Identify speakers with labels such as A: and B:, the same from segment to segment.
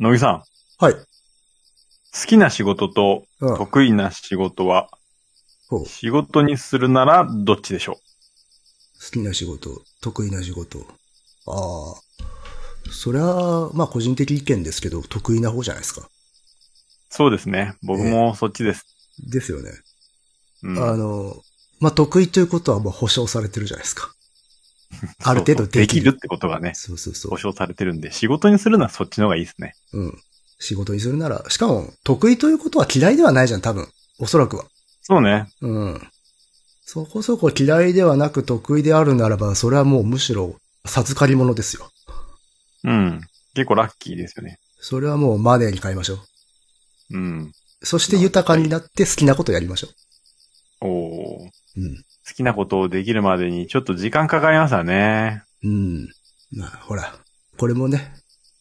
A: 野木さん、
B: はい。
A: 好きな仕事と
B: うん。
A: 得意な仕事は、
B: ほう
A: 仕事にするならどっちでしょう
B: 好きな仕事、得意な仕事。ああ。そりゃあ、まあ個人的意見ですけど、得意な方じゃないですか。
A: そうですね。僕もそっちです。
B: ですよね。
A: うん
B: あの、まあ得意ということはもう保証されてるじゃないですか。ある程
A: そ
B: 度
A: うそうで
B: で
A: き
B: き
A: る
B: る。
A: ってことがね、
B: そうそうそ
A: 保証されてるんで、仕事にするならそっちの方がいいですね。
B: う。うん。仕事にするなら、しかも得意ということは嫌いではないじゃん、多分。おそらくは。
A: そうね。
B: うん。そこそこ嫌いではなく得意であるならば、それはもうむしろ授かり物ですよ。
A: うん。結構ラッキーですよね。
B: それはもうマネーに変えましょ
A: うん。
B: う。そして豊かになって好きなことやりましょ
A: おお。好
B: う。うん。
A: きなことをできるまでにちょっと時間かかりましたね。
B: うん。まあ、ほら。これもね、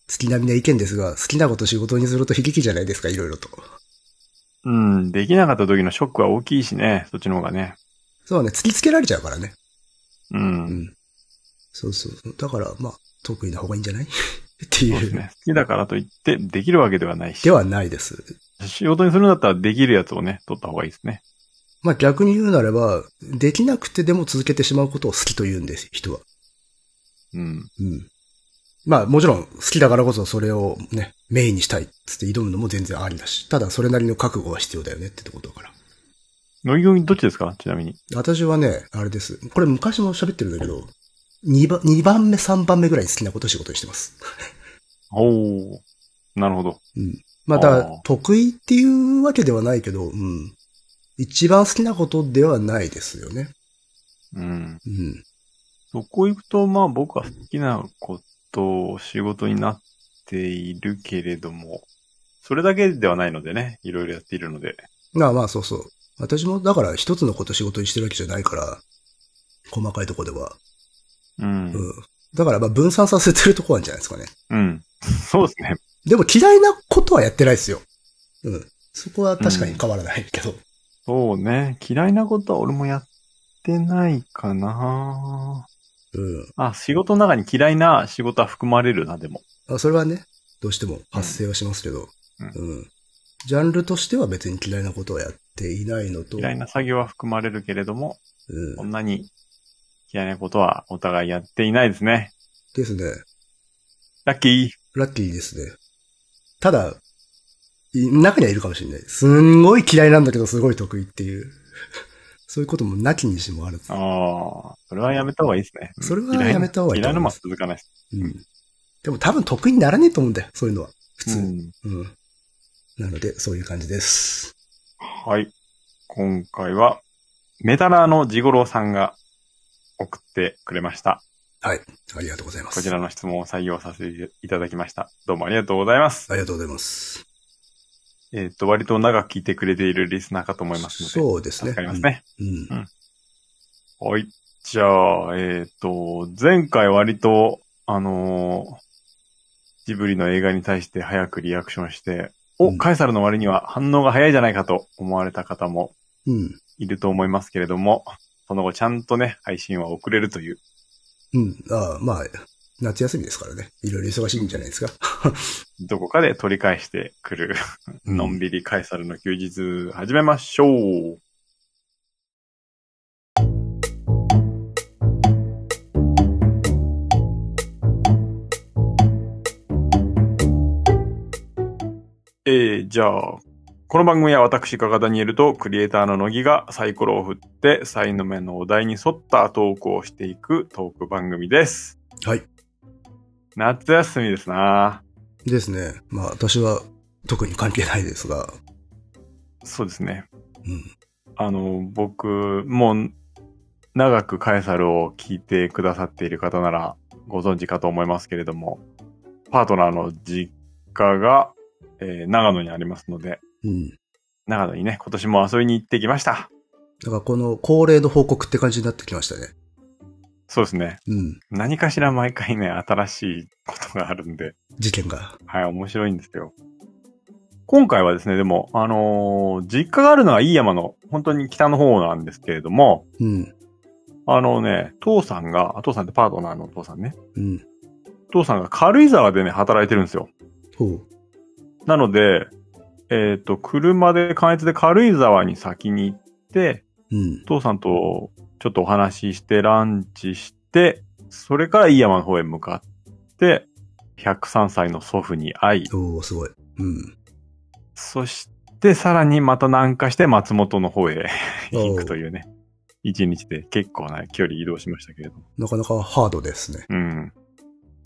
B: 月並みな意見ですが、好きなこと仕事にすると悲劇じゃないですか、いろいろと。
A: うん。できなかった時のショックは大きいしね。そっちの方がね。
B: そうね、突きつけられちゃうからね。
A: う。
B: うんん。そうそう。だから、まあ、得意な方がいいんじゃ ないって
A: そう
B: い
A: です
B: う。
A: ね。好きだからといって、できるわけではないし
B: で。はないです。
A: 仕事にするんだったらできるやつをね、取った方がいいですね。
B: まあ逆に言うならば、できなくてでも続けてしまうことを好きと言うんです、人は。
A: うん。
B: うん。まあもちろん好きだからこそそれをね、メインにしたいっつって挑むのも全然ありだし、ただそれなりの覚悟が必要だよねってところだから。
A: 乃木君どっちですかちなみに。
B: 私はね、あれです。これ昔も喋ってるんだけど、2番、二番目、3番目ぐらいに好きなことを仕事にしてます。
A: おお。なるほど。
B: うん。まあだか
A: あ
B: ら
A: ー
B: 得意っていうわけではないけど、うん。一番好きなことではないですよね。
A: うん。
B: うん。
A: そこ行くと、まあ僕は好きなことを仕事になっているけれども、それだけではないのでね、いろいろやっているので。
B: まあまあそうそう。私もだから一つのこと仕事にしてるわけじゃないから、細かいとこでは。
A: うん。
B: うん。だからまあ分散させてるとこなんじゃないですかね。
A: うん。 そうですね。
B: でも嫌いなことはやってないですよ。うん。そこは確かに変わらないけど。
A: そうね。嫌いなことは俺もやってないかな
B: うん。
A: あ、仕事の中に嫌いな仕事は含まれるな、でも。
B: あそれはね、どうしても発生はしますけど、
A: うん
B: うん。ジャンルとしては別に嫌いなことはやっていないのと、
A: 嫌いな作業は含まれるけれども、
B: う
A: そ
B: ん。
A: んなに嫌いなことはお互いやっていないですね。
B: ですね。
A: ラッキー。
B: ラッキーですね。ただ、い中にはいるかもしれない。すんごい嫌いなんだけど、すごい得意っていう。 そういうこともなきにしもある。
A: ああ、それはやめた方がいいですね。うん
B: それはやめた方がいいと
A: 嫌いな
B: 思
A: いも
B: ま
A: は
B: す
A: 続かないです。
B: うん。でも多分得意にならねえと思うんだよ、そういうのは。普通。
A: うん
B: うん。なので、そういう感じです。
A: はい。今回は、メタラーのジゴロウさんが送ってくれました。
B: はい。ありがとうございます。
A: こちらの質問を採用させていただきました。どうもありがとうございます。
B: ありがとうございます。
A: えっ、と、割と長く聞いてくれているリスナーかと思いますので、
B: そうですね。
A: 助かりますね。
B: うん。
A: はい。じゃあ、えっ、と、前回割と、あのージブリの映画に対して早くリアクションして、お、
B: うん
A: カエサルの割には反応が早いじゃないかと思われた方も
B: うん。
A: いると思いますけれども、その後ちゃんとね、配信は遅れるという。
B: うん。ああ、まあ、夏休みですからね。いろいろ忙しいんじゃないですか。
A: どこかで取り返してくる、
B: うん
A: のんびりカエサルの休日、始めましょう。えー、じゃあ、この番組は私、かがダニエルとクリエイターの乃木がサイコロを振って、サイの目のお題に沿ったトークをしていくトーク番組です。
B: はい。
A: 夏休みですな
B: ですね。まあ、私は特に関係ないですが。
A: そうですね。
B: うん。
A: あの、僕、もう、長くカエサルを聞いてくださっている方ならご存知かと思いますけれども、パートナーの実家が、えー長野にありますので、
B: うん。
A: 長野にね、今年も遊びに行ってきました。
B: だからこの恒例の報告って感じになってきましたね。
A: そうですね。
B: うん。
A: 何かしら毎回ね、新しいことがあるんで、
B: 事件が。
A: はい、面白いんですよ。今回はですね、でも、あのー実家があるのは飯山の、本当に北の方なんですけれども、
B: うん。
A: あのね、父さんが、あ父さんってパートナーの父さんね、
B: うん。
A: 父さんが軽井沢でね、働いてるんですよ。
B: ほう。
A: なので、えっ、と、車で、関越で軽井沢に先に行って、
B: うん
A: お。父さんとちょっとお話しして、ランチして、それから飯山の方へ向かって、103歳の祖父に会い、
B: おー、すごい。うん。
A: そしてさらにまた南下して松本の方へ 行くというね。一日で結構な距離移動しましたけれども。
B: なかなかハードですね。
A: うん。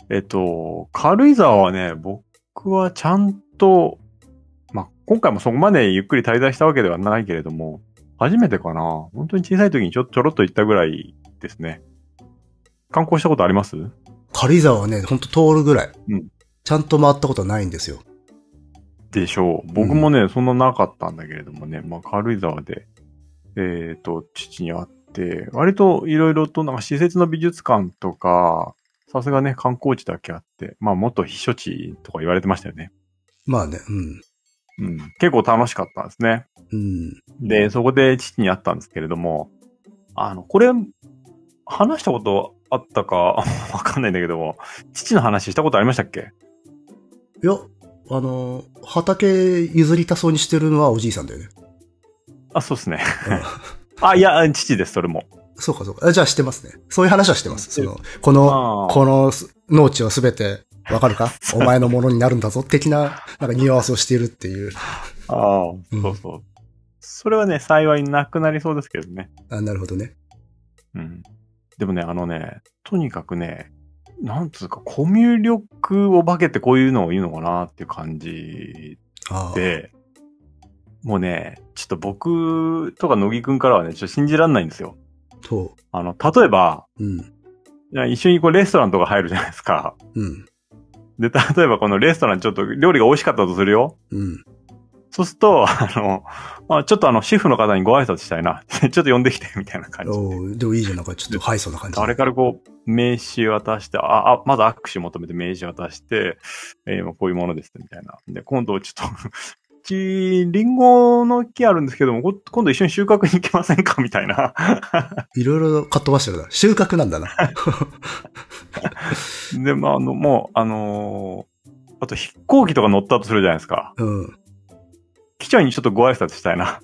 A: えっと、軽井沢はね、僕はちゃんと、まあ、今回もそこまでゆっくり滞在したわけではないけれども、初めてかな。本当に小さい時にちょちょろっと行ったぐらいですね。観光したことあります
B: 軽井沢はね、ほんと通るぐらい。
A: うん
B: ちゃんと回ったことはないんですよ。
A: でしょう。僕もね、そんななかったんだけれどもね、まあ、軽井沢で、えっ、と、父に会って、割といろいろと、なんか施設の美術館とか、さすがね、観光地だけあって、まあ、元避暑地とか言われてましたよね。
B: まあね、うん。
A: うん。結構楽しかったんですね。
B: うん。
A: で、そこで父に会ったんですけれども、あの、これ、話したことあったか わかんないんだけども、父の話したことありましたっけ
B: いや、あの、畑譲りたそうにしてるのはおじいさんだよね。
A: あ、そう ですね。
B: あ
A: あ、いや、父です、それも。
B: そうかそうか。あじゃあしてますね。そういう話はしてます。その、この、
A: あー
B: このす農地はすべて、わか るかお前のものになるんだぞ、的な、なんかニュアンスをしているっていう。
A: ああ、
B: ん
A: そうそう。それはね、幸いなくなりそうですけどね。
B: あなるほどね。
A: うん。でもね、あのね、とにかくね、なんつうか、コミュ力お化けってこういうのを言うのかなっていう感じ
B: ああ。
A: で、もうね、ちょっと僕とか乃木くんからはね、ちょっと信じられないんですよ。
B: そ
A: あの、例えば、
B: う。うん。
A: いや一緒にこうレストランとか入るじゃないですか。
B: うん。
A: で、例えばこのレストランちょっと料理が美味しかったとするよ。
B: うん。
A: そうすると、あの、あちょっとあの、シェフの方にご挨拶したいな。 ちょっと呼んできて、みたいな感じで。
B: おーでもいいじゃん。なんかちょっと、はい、そんな感じ。
A: あれからこう、名刺渡して、あ、あ、まず握手求めて名刺渡して、えー、まあこういうものです、みたいな。で、今度ちょっと、 うち、リンゴの木あるんですけども、こ今度一緒に収穫に行きませんかみたいな。
B: いろいろかっ飛ばしてるな。収穫なんだな。
A: で、まあ、あの、もう、あのーあと飛行機とか乗ったとするじゃないですか。
B: うん。
A: 機長にちょっとご挨拶したいな。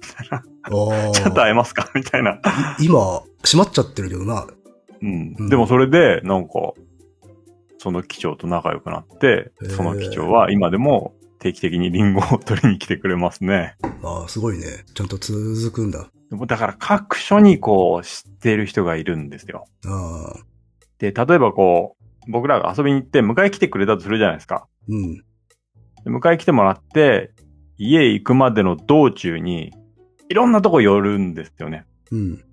B: おー
A: ちょっと会えますかみたいな。
B: 今、閉まっちゃってるけどな。
A: うん
B: うん
A: でもそれで、なんか、その機長と仲良くなって
B: へ、ー
A: その機長は今でも定期的にリンゴを取りに来てくれますね。
B: ああ、すごいね。ちゃんと続くんだ。
A: でもだから各所にこう知ってる人がいるんですよ。
B: ああ。
A: で、例えばこう、僕らが遊びに行って迎え来てくれたとするじゃないですか。
B: うん。
A: で迎え来てもらって、家へ行くまでの道中に、いろんなとこ寄るんですよね。
B: うん。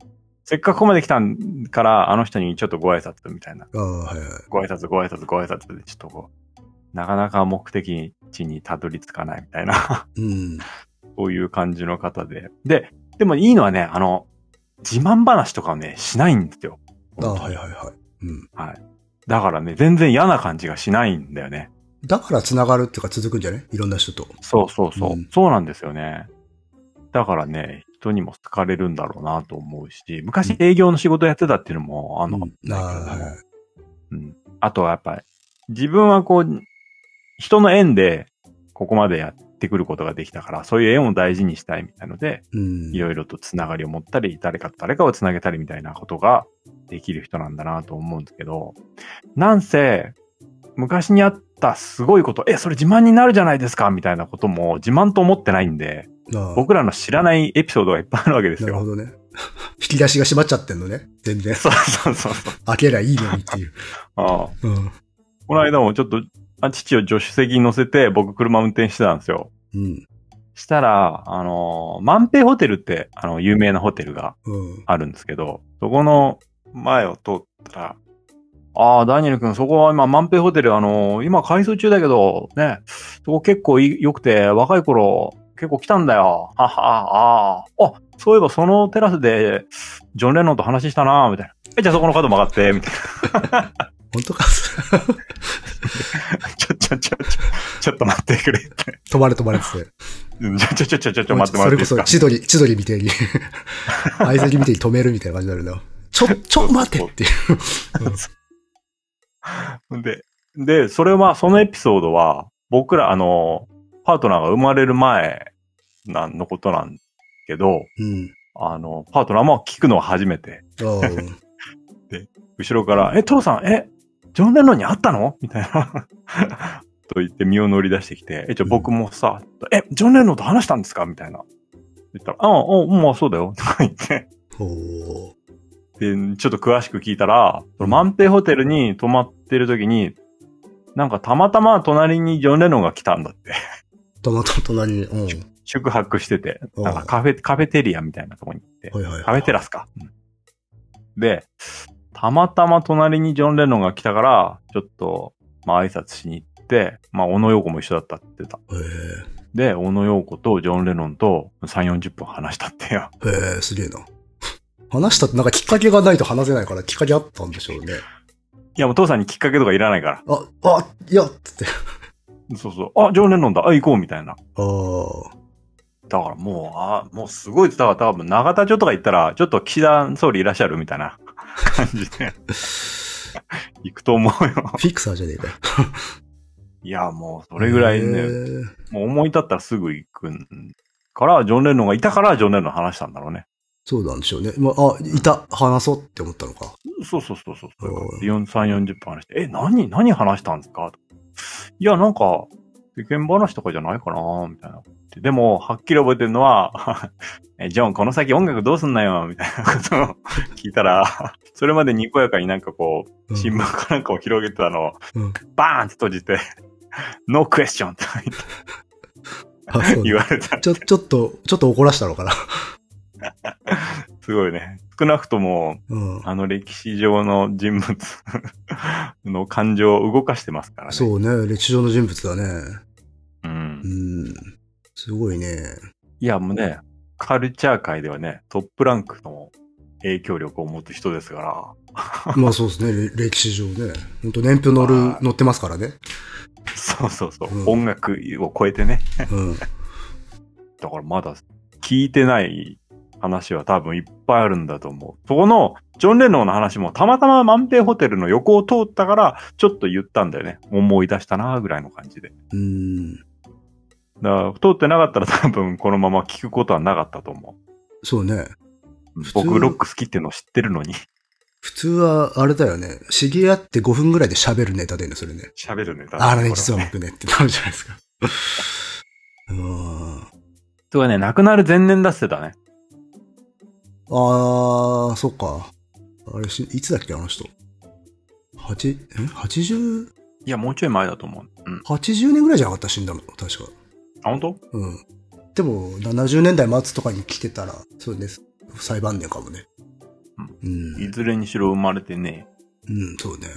A: せっかくここまで来たんから、あの人にちょっとご挨拶みたいな。
B: ああ、はいはい。
A: ご挨拶、ご挨拶、ご挨拶で、ちょっとこう、なかなか目的地にたどり着かないみたいな、
B: うん。
A: そういう感じの方で。で、でもいいのはね、あの、自慢話とかをね、しないんですよ。
B: ああ、はいはいはい。うん。
A: だからね、全然嫌な感じがしないんだよね。
B: だから繋がるっていうか続くんじゃねいろんな人と。
A: そうそうそう。
B: うん
A: そうなんですよね。だからね、人にも好かれるんだろうなと思うし、昔営業の仕事やってたっていうのもあ
B: あ
A: んのかもしれ
B: あ
A: ないけれど
B: はい
A: も
B: はい。
A: うん。あとはやっぱり、自分はこう、人の縁で、ここまでやってくることができたから、そういう縁を大事にしたいみたいので、
B: うん。
A: いろいろとつながりを持ったり、誰かと誰かをつなげたりみたいなことができる人なんだなと思うんですけど、なんせ、昔にあったすごいこと、え、それ自慢になるじゃないですかみたいなことも自慢と思ってないんで、
B: ああ
A: 僕らの知らないエピソードがいっぱいあるわけです
B: なるほ
A: よ。
B: どね。 引き出しが閉まっちゃってんのね。全然。
A: そうそうそうそう。
B: 開けりゃいいのにっ ていう。
A: ああ
B: うん。
A: この間もちょっと、あ父を助手席に乗せて、僕車運転してたんですよ。
B: うん。
A: したら、あのー、万平ホテルって、あの、有名なホテルが
B: うん。
A: あるんですけど、そこの前を通ったら、ああ、ダニエル君、そこは今、万平ホテル、あのー今改装中だけど、ね、そこ結構い良くて、若い頃、結構来たんだよ。はは、ああ。あ、そういえばそのテラスで、ジョン・レノンと話したな、みたいな。え、じゃあそこの角曲がって、みたい
B: 本当か
A: な。ちょ、ちょ、ちょ、ちょ、ちょっと待ってくれって。
B: 止まれ止まれっつって。
A: うんちょ、ちょ、ちょ、ちょ、ちょ、ちょ、待ってもらっていいです
B: それ
A: か
B: こそ、千鳥、千鳥みたい に、相席みたいに止めるみたいな感じになるな。ちょ、ちょ、待てっていう。
A: で、で、それは、そのエピソードは、僕ら、あの、パートナーが生まれる前なんのことなんけど、
B: うん。
A: あの、パートナーも聞くのは初めて、
B: ああ。
A: 後ろから、え、父さん、え、ジョン・レノンに会ったのみたいな。 と言って身を乗り出してきて、え、じゃあ僕もさ、え、ジョン・レノンと話したんですかみたいな。言ったら、ああ、あまあそうだよ。とか言って。
B: ほう。
A: で、ちょっと詳しく聞いたら、その満平ホテルに泊まってる時に、なんかたまたま隣にジョン・レノンが来たんだって。
B: たまたま隣に、うん。は
A: 宿泊してて、
B: うん
A: なんかカフェ、カフェテリアみたいなとこに行って、
B: いはいはい。
A: カフェテラスか。うんで、たまたま隣にジョン・レノンが来たから、ちょっと、まあ挨拶しに行って、まあ、小野洋子も一緒だったって言ってた。
B: へ
A: で、小野洋子とジョン・レノンと3、40分話したってよ。
B: え、へえ、すげえな。話したってなんかきっかけがないと話せないから、きっかけあったんでしょうね。
A: いや、もう父さんにきっかけとかいらないか
B: あ、あ、いや、つって。
A: ら。そうそう。あ、ジョン・レノンだ。あ、行こう、みたいな。
B: あ あ。
A: だからもう、あもうすごいって、だから多分、永田町とか行ったら、ちょっと岸田総理いらっしゃるみたいな感じ で、行くと思うよ。
B: フィクサーじゃねえかよ。
A: いや、もう、それぐらい
B: へ
A: ね、
B: え
A: もう思い立ったらすぐ行くんから、ジョン・レノンがいたから、ジョン・レノン話したんだろうね。
B: そうなんでしょうね。まあ、あ、いた、話そうって思ったのか。
A: そうそうそうそう。それ
B: お
A: から4 3、40分話して、え、何、何話したんですかといや、なんか、世間話とかじゃないかなみたいな。でも、はっきり覚えてるのは、 えジョン、この先音楽どうすんなよみたいなことを聞いたら、 それまでにこやかになんかこ
B: う
A: う、
B: ん
A: 新聞かなんかを広げてたのを、
B: うん
A: バーンって閉じて、 ノークエスチョンって
B: あそう
A: 言われた。
B: ちょ、ちょっと、ちょっと怒らしたのかな。
A: すごいね。少なくとも、
B: うん。
A: あの歴史上の人物 の感情を動かしてますからね。
B: そうね。歴史上の人物だね。
A: う。
B: うんん。すごいね。
A: いや、もうね、カルチャー界ではね、トップランクの影響力を持つ人ですから、
B: まあそうですね。れ歴史上ね。本当年表乗る
A: は、い
B: 乗ってますからね。
A: そうそうそう、
B: うん
A: 音楽を超えてね。
B: うん。
A: だからまだ聞いてない話は多分いっぱいあるんだと思う。そこの、ジョン・レノンの話もたまたま万平ホテルの横を通ったから、ちょっと言ったんだよね。思い出したな、ぐらいの感じで。
B: うん。
A: だから通ってなかったら多分このまま聞くことはなかったと思
B: そうね。
A: う
B: 普。通
A: 僕ロック好きっていうの知ってるのに
B: 普通は、あれだよね。知り合って5分ぐらいで喋るネタだよね、それね。
A: 喋るね。
B: あれね、実は
A: は。
B: 僕ねってなるじゃないですか。うん。あ
A: とかね、亡くなる前年出してたね。
B: ー、そっか。あれし、いつだっけ、あの人。八、ん ?80、
A: いや、もうちょい前だと思う。うん。
B: 80年ぐらいじゃなかった、死んだの。確か。
A: あ、本当？
B: うん。でも、70年代末とかに来てたら、そうです。裁判年かもね。うん。
A: いずれにしろ生まれてね。
B: うん、そうね。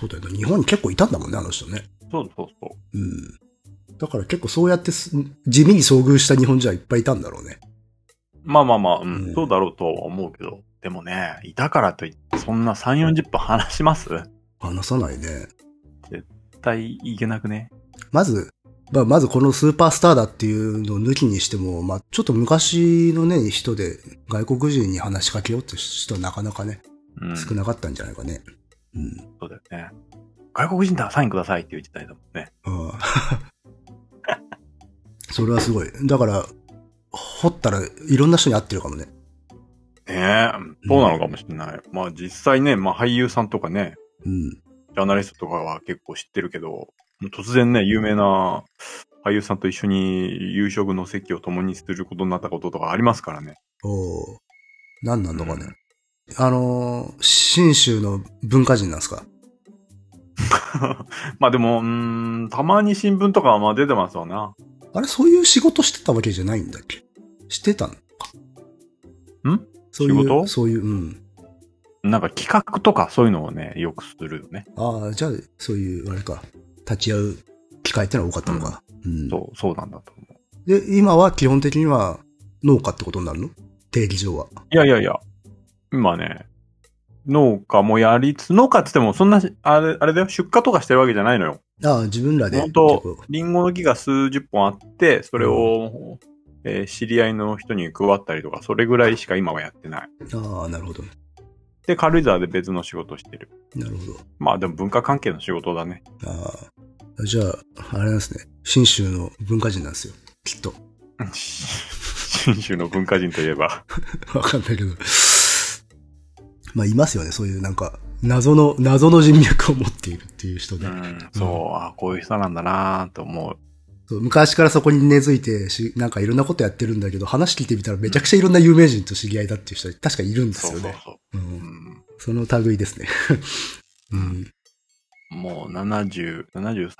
B: そうだよね。日本に結構いたんだもんね、あの人ね。
A: そうそうそう。
B: うん。だから結構そうやってす地味に遭遇した日本人はいっぱいいたんだろうね。
A: まあまあまあ、うん、
B: うん
A: そうだろうとは思うけど。でもね、いたからといって、そんな3、40分話します
B: 話さないね。
A: 絶対いけなくね。
B: まず、まあ、まずこのスーパースターだっていうのを抜きにしても、まあ、ちょっと昔のね、人で外国人に話しかけようって人はなかなかね、
A: うん。
B: 少なかったんじゃないかね。うん。
A: そうだよね。外国人だ、サインくださいっていう時代だもんね。
B: うん。 それはすごい。だから、掘ったらいろんな人に会ってるかもね。
A: ねえ、そうなのかもしれない。まあ実際ね、まあ俳優さんとかね、
B: うん。
A: ジャーナリストとかは結構知ってるけど、もう突然ね、有名な俳優さんと一緒に夕食の席を共にすることになったこととかありますからね。
B: おー何なんだかね。
A: うん
B: あのー、新州の文化人なんですか
A: まあでも、うーん、たまに新聞とかはまあ出てますわな。
B: あれ、そういう仕事してたわけじゃないんだっけしてたのか。
A: ん
B: そういう
A: 仕事
B: そういう、うん。
A: なんか企画とかそういうのをね、よくするよね。
B: ああ、じゃあ、そういう、あれか、立ち会う機会ってのは多かったのか。うん。
A: そう、そうなんだと思う。
B: で、今は基本的には農家ってことになるの定義上は。
A: いやいやいや、今ね、農家もやりつ、農家って言ってもそんなし、あれ、あれだよ、出荷とかしてるわけじゃないのよ。
B: ああ、自分らで。
A: 本当
B: 結構
A: リンゴの木が数十本あって、それを、えー知り合いの人に配ったりとか、それぐらいしか今はやってない。
B: ああ、なるほど。
A: で、軽井沢で別の仕事してる。
B: なるほど。
A: まあでも文化関係の仕事だね。
B: ああ。じゃあ、あれなんですね。新州の文化人なんですよ。きっと。
A: 信州の文化人といえば。
B: わかんないけど。まあ、いますよね。そういうなんか、謎の、謎の人脈を持っているっていう人で。
A: そう、あこういう人なんだなと思う。
B: そう昔からそこに根付いてし、なんかいろんなことやってるんだけど、話聞いてみたらめちゃくちゃいろんな有名人と知り合いだっていう人、確かいるんです
A: そ
B: よ
A: うそう
B: ね。、
A: そうう。うんん
B: その類ですね。 うん。
A: もう70、73、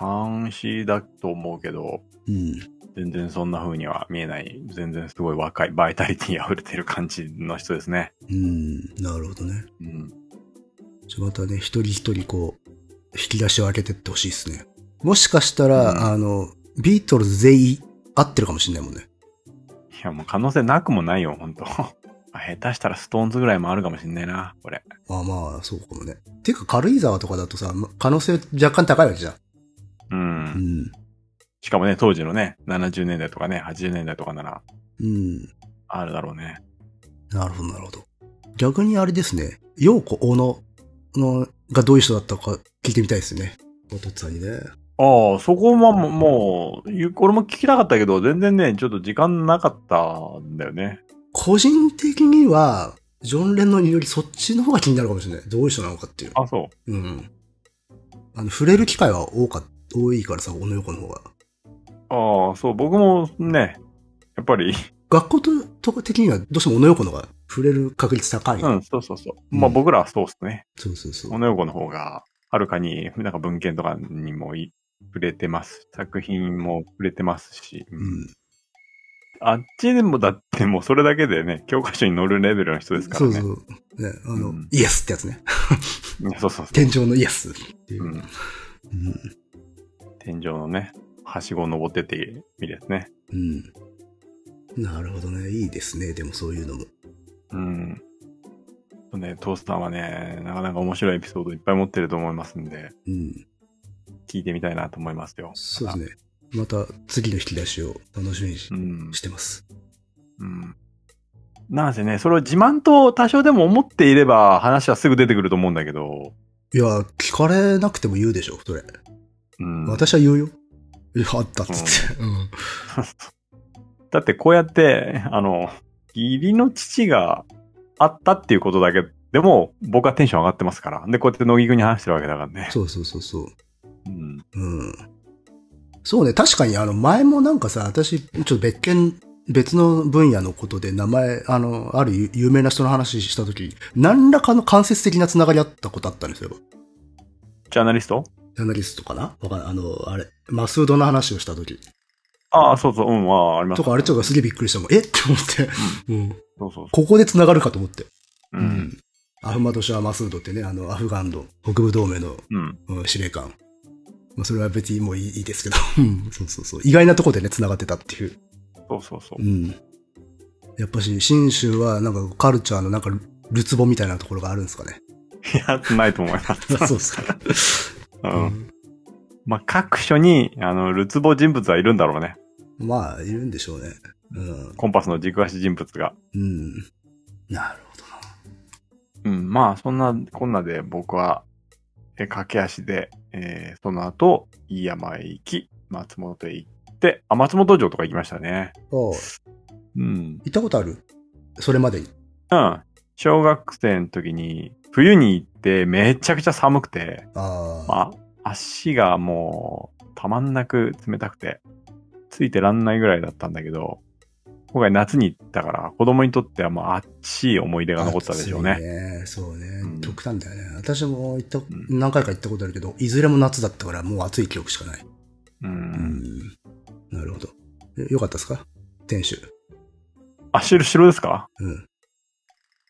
A: 4だと思うけど、
B: うん。
A: 全然そんな風には見えない、全然すごい若い、バイタリティ溢れてる感じの人ですね。
B: うん。なるほどね。
A: うん。
B: じゃあまたね、一人一人こう、引き出しを開けてってほしいですね。もしかしたら、
A: うん
B: あの、ビートルズ全員合ってるかもしれないもんね。
A: いや、もう可能性なくもないよ、ほ んと。あ下手したらストーンズぐらいもあるかもしんないな、これ。
B: まあまあ、そうかもね。ていうか、軽井沢とかだとさ、可能性若干高いわけじゃん。
A: う。
B: うんん。
A: しかもね、当時のね、70年代とかね、80年代とかなら、
B: うん。
A: あるだろうね。
B: なるほど、なるほど。逆にあれですね、陽子、小野のがどういう人だったか聞いてみたいですね。お父さんにね。
A: ああ、そこはもうもう、ゆ俺も聞きたかったけど、全然ね、ちょっと時間なかったんだよね。
B: 個人的には、ジョン・レノンよりそっちの方が気になるかもしれない。どういう人なのかっていう。
A: あ、そう。
B: うん。あの、触れる機会は多か、多いからさ、小野陽子の方が。
A: ああ、そう、僕もね、やっぱり、
B: 学校と、とか的にはどうしても小野陽子の方が触れる確率高い。
A: うん、そうそうそう。まあ
B: うん
A: 僕らはそうっすね。
B: そうそうそう
A: 小。野横の方が、はるかに、なんか文献とかにもい触れてます。作品も触れてますし、う
B: うんん。
A: あっちでもだってもうそれだけでね、教科書に載るレベルの人ですから
B: そう
A: ね。
B: そう。ね、あの、
A: うん
B: イエスってやつね。
A: いやそうそうそう
B: 天井のイエスっていう。
A: うん
B: うん
A: 天井のね、はしごを登ってってみるやつね。
B: うん。なるほどね。いいですね。でもそういうのも。
A: うん。ね、トースターはね、なかなか面白いエピソードいっぱい持ってると思いますんで、
B: うん。
A: 聞いてみたいなと思いますよ。
B: そうですね。また次の引き出しを楽しみにし,、
A: うん。
B: てます。
A: うんなんせね、それを自慢と多少でも思っていれば話はすぐ出てくると思うんだけど、
B: いや、聞かれなくても言うでしょ、それ。
A: うん、
B: 私は言うよ。いやあったっつって。うん。
A: だってこうやって、あの、義理の父があったっていうことだけでも僕はテンション上がってますから。で、こうやって乃木くんに話してるわけだからね。
B: そうそうそうそう。
A: うん。
B: うん。そうね、確かにあの、前もなんかさ、私、ちょっと別件、別の分野のことで名前、あの、ある有有名な人の話したとき、何らかの間接的なつながりあったことあったんですよ。
A: ジャーナリスト
B: ジャーナリストかなわかんない。あの、あれ、マスードの話をした時
A: ああ、そうそう、うん、ああ、あります。
B: とか、あれとかすげえびっくりしたもん。えって思って、うん。
A: そうそう
B: ここで繋がるかと思って。
A: そう。うん。。
B: アフマドシャー・マスードってね、あの、アフガンの北部同盟の、
A: うん。
B: うん司令官。まあ、それは別にもういいいいですけど。うん。そうそうそう。意外なとこでね、繋がってたっていう。
A: そうそうそう
B: う。ん。やっぱし、新州はなんかカルチャーのなんか、ルツボみたいなところがあるんですかね。
A: いや、ないと思います。
B: そうっすか。
A: う。
B: うんん。
A: まあ、各所に、あの、るつぼ人物はいるんだろうね。
B: まあ、いるんでしょうね。うん。
A: コンパスの軸足人物が。
B: うん。なるほどな。
A: うん、まあそんなこんなで僕は、え駆け足で、えーその後、飯山へ行き、松本へ行って、あ、松本城とか行きましたね。
B: おう
A: うん。
B: 行ったことあるそれまでに。
A: うん。小学生の時に、冬に行ってめちゃくちゃ寒くて、
B: ああ。
A: まあ、足がもうたまんなく冷たくて、ついてらんないぐらいだったんだけど、今回夏に行ったから、子供にとってはもうあっちい思い出が残ったでしょう
B: 暑
A: ね。
B: いね。そうね
A: ん。
B: 極端だよね。私も行った、
A: ん
B: 何回か行ったことあるけど、いずれも夏だったからもう暑い記憶しかない。
A: う。
B: うんん。なるほど。えよかったですか店主。
A: あ、白、白ですか
B: うん。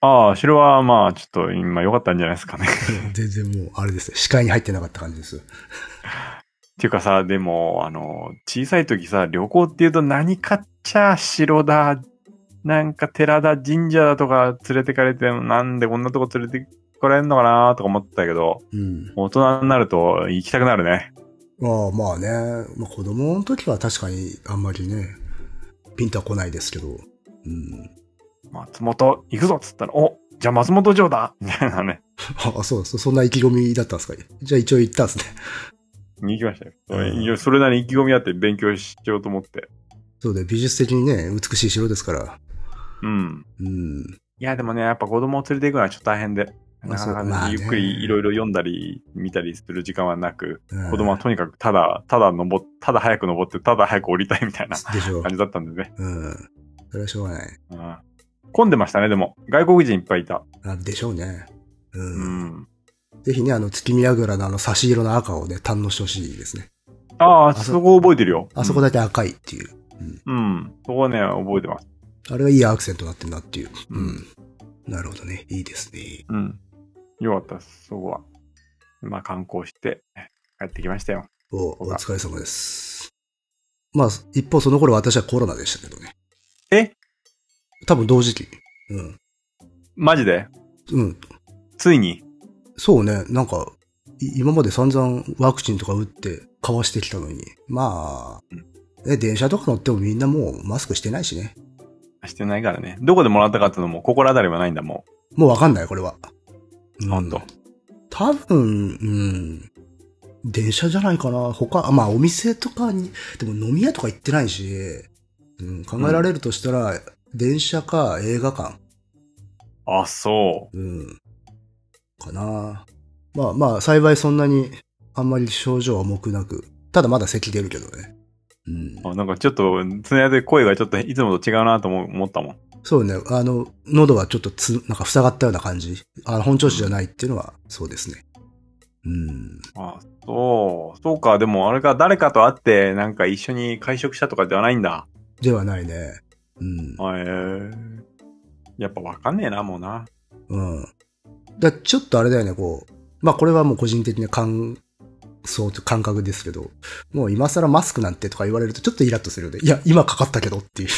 A: ああ、城はまあ、ちょっと今良かったんじゃないですかね。 っ
B: 全然もう、あれですね。視界に入ってなかった感じです。
A: ていうかさ、でも、あの、小さい時さ、旅行っていうと何かっちゃ城だ、なんか寺だ、神社だとか連れてかれて、なんでこんなとこ連れてこられんのかなとか思ってたけど、
B: うん。
A: 大人になると行きたくなるね。
B: まあまあね。まあ子供の時は確かにあんまりね、ピンとは来ないですけど。うん。
A: 松本行くぞっつったら、おじゃあ松本城だみたいなね。
B: あ、そうそう。そんな意気込みだったんですかじゃあ一応行ったんですね。
A: に行きましたよ。
B: うん
A: いやそれなりに意気込みあって勉強しようと思って。
B: そうだよ、美術的にね、美しい城ですから。
A: うん。
B: うん。
A: いや、でもね、やっぱ子供を連れて行くのはちょっと大変で。
B: ま
A: な
B: あ
A: かなかね
B: そうまあね
A: ゆっくりいろいろ読んだり見たりする時間はなく、
B: うん
A: 子供はとにかくただ、ただ登っ、ただ早く登って、ただ早く降りたいみたいな
B: で しょう
A: 感。じだったんでね。
B: うん。それはしょうがない。
A: うん、混んでましたね、でも。外国人いっぱいいた。
B: あでしょうね。
A: う
B: うん。
A: ん。
B: ぜひね、あの、月見櫓のあの、差し色の赤をね、堪能してほしいですね。
A: ああ、
B: そ
A: そこ覚えてるよ。
B: あそこだけ赤いっていう。
A: うん。そこはね、覚えてます。
B: あれがいいアクセントになってるなっていう。う
A: うん
B: ん。なるほどね。いいですね。
A: うん。よかったです、そこは。まあ観光して帰ってきましたよ。
B: お、
A: そう
B: お
A: だ
B: 疲れ様です。まあ、一方その頃私はコロナでしたけどね。
A: え
B: 多分同時期。うん。
A: マジで
B: うん。
A: ついに
B: そうね、なんか、い今まで散々ワクチンとか打ってかわしてきたのに、ま
A: うん
B: あ、え電車とか乗ってもみんなもうマスクしてないしね。
A: してないからね。どこでもらったかっていうのも心当たりはないんだも
B: もうわかんない、これは。うん
A: ん。ほんと。
B: 多分、うん。電車じゃないかな。他、あまあお店とかに、でも飲み屋とか行ってないし、うん、考えられるとしたら、電車か映画館。
A: あ、そう。
B: うん。かな。まあまあ、幸いそんなに、あんまり症状は重くなく、ただまだ咳出るけどね。うん。
A: あなんかちょっと、つないで声がちょっといつもと違うなと思思ったもん。
B: そうね、あの、喉はちょっとつ、なんか塞がったような感じ。あの、本調子じゃないっていうのは、そうですね。うん。
A: あそう。そうか。でもあれか、誰かと会って、なんか一緒に会食したとかではないんだ。
B: ではないね。うん。
A: あへえやっぱわかんねえな、もうな。
B: うん。だちょっとあれだよね、こう。まあこれはもう個人的な感想と感覚ですけど、もう今更マスクなんてとか言われるとちょっとイラッとするよね。いや、今かかったけどっ ていう。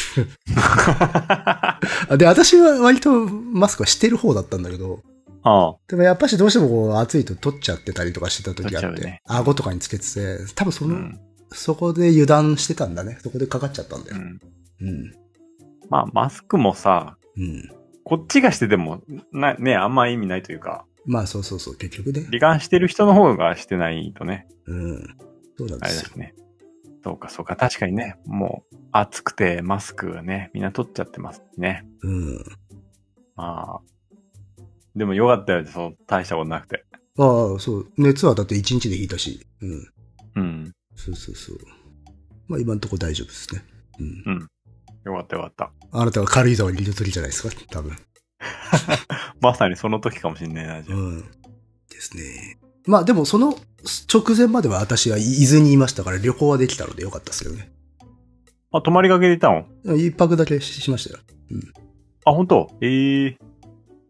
A: あ
B: あで、私は割とマスクはしてる方だったんだけど、
A: あ。
B: でもやっぱしどうしてもこう暑いと取っちゃってたりとかしてた時あ
A: 取っ
B: っ
A: ち
B: て、
A: ゃうね
B: 顎とかにつけてて、多分そうの、
A: ん。
B: そこで油断してたんだね。そこでかかっちゃったんだ
A: う
B: よ。
A: ん、
B: うん。
A: まあ、マスクもさ、
B: うん。
A: こっちがしてても、な、ね、あんま意味ないというか、
B: まあそうそうそう、結局ね。
A: 罹患してる人の方がしてないとね、
B: うん。そうなん
A: あれ
B: です
A: で
B: よ。
A: すね。そうか、そうか。確かにね、もう、暑くてマスクがね、みんな取っちゃってますね。
B: うん。
A: まあ。でもよかったよ、そう、大したことなくて。
B: ああ、そう。熱はだって1日で引いたし。うん。
A: うん。
B: そうそうそう。まあ今んとこ大丈夫ですね。うん。
A: よかったよかった。
B: あなたが軽井沢にいる時じゃないですか、多分。
A: まさにその時かもしんないな、じゃ
B: う
A: あ。
B: ん。ですね。まあでもその直前までは私は伊豆にいましたから旅行はできたのでよかったですけどね。
A: あ、泊まりがけでいたの
B: 一泊だけししましたよ。
A: あ、本当ええ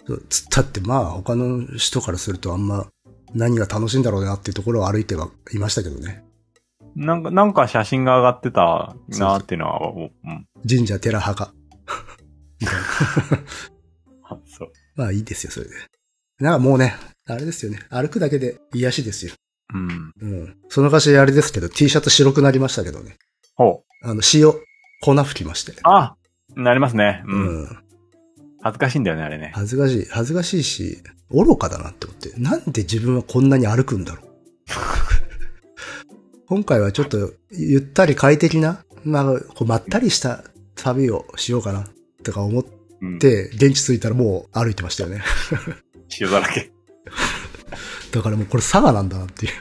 B: そうつったってまあ他の人からするとあんま何が楽しいんだろうなっていうところを歩いてはいましたけどね。
A: なんか、なんか写真が上がってたなーっていうのは、おうん。
B: 神社、寺、墓。
A: あそう。
B: まあいいですよ、それで。なんかもうね、あれですよね。歩くだけで癒しですよ。
A: うん。
B: うん。そのかしあれですけど、T シャツ白くなりましたけどね。
A: ほう。
B: あの、塩、粉吹きまして。
A: あなりますね。
B: う
A: うん。
B: ん。
A: 恥ずかしいんだよね、あれね。
B: 恥ずかしい、恥ずかしいし、愚かだなって思って。なんで自分はこんなに歩くんだろう。 今回はちょっと、ゆったり快適な、まあ、こうまったりした旅をしようかな、とか思っ
A: うん。
B: て、現地着いたらもう歩いてましたよね。
A: 塩だらけ。
B: だからもうこれ佐賀なんだなっていう。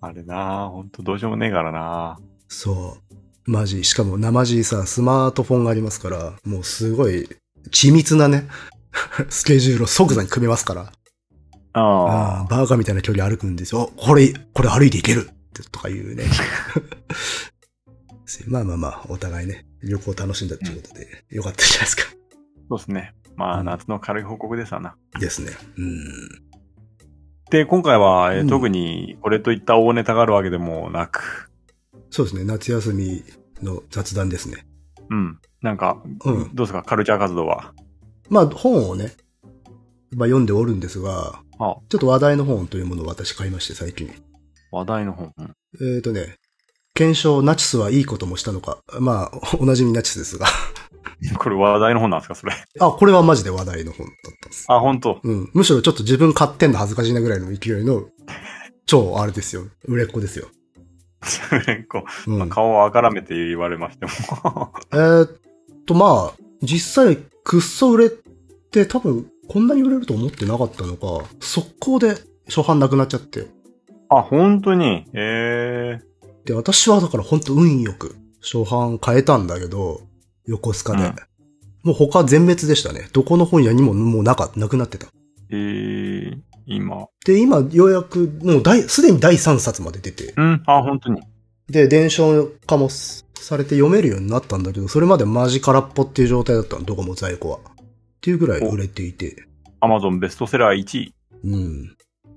A: あれなぁ、ほんとどうしようもねえからなぁ。
B: そう。マジ、しかも生地さ、スマートフォンがありますから、もうすごい、緻密なね、 スケジュールを即座に組めますから。
A: ああ。
B: ああ、バーカみたいな距離歩くんですよ。おこれ、これ歩いていけるとかいうね。 まあまあまあ、お互いね、旅行楽しんだっていうことで、よかったじゃないですか。
A: そうですね。ま
B: う
A: あ、
B: ん
A: 夏の軽い報告ですわな。
B: ですね。うん。
A: で、今回は、えー
B: うん
A: 特にこれといった大ネタがあるわけでもなく、
B: そうですね、夏休みの雑談ですね。
A: うん。なんか、
B: うん。
A: どうですか、カルチャー活動は。
B: まあ、本をね、まあ読んでおるんですが、
A: あ
B: ちょっと話題の本というものを私買いまして、最近。
A: 話題の本。うん
B: えっ、ー、とね、検証ナチスはいいこともしたのか。まあ、おおなじみナチスですが。
A: これ話題の本なんですか、それ。
B: あ、これはマジで話題の本だったんです。
A: あ、本当。
B: うん。むしろちょっと自分買ってんの恥ずかしいなぐらいの勢いの、超あれですよ。売れっ子ですよ。
A: こ
B: う
A: うんまあ、顔をあからめて言われましても。
B: えーっと、まあ、実際、くっそ売れて、多分、こんなに売れると思ってなかったのか、速攻で初版なくなっちゃって。
A: あ、本当にええ
B: で、私はだからほんと運よく、初版変えたんだけど、横須賀で。
A: うん
B: もう他全滅でしたね。どこの本屋にももうなか、なくなってた。
A: ええ今。
B: で、今、ようやく、もう第、すでに第3冊まで出て、
A: うん、あ、本当に。
B: で、伝承化もすされて読めるようになったんだけど、それまでマジ空っぽっていう状態だったの、どこも在庫は。っていうぐらい売れていて。
A: アマゾンベストセラー1位。
B: うん。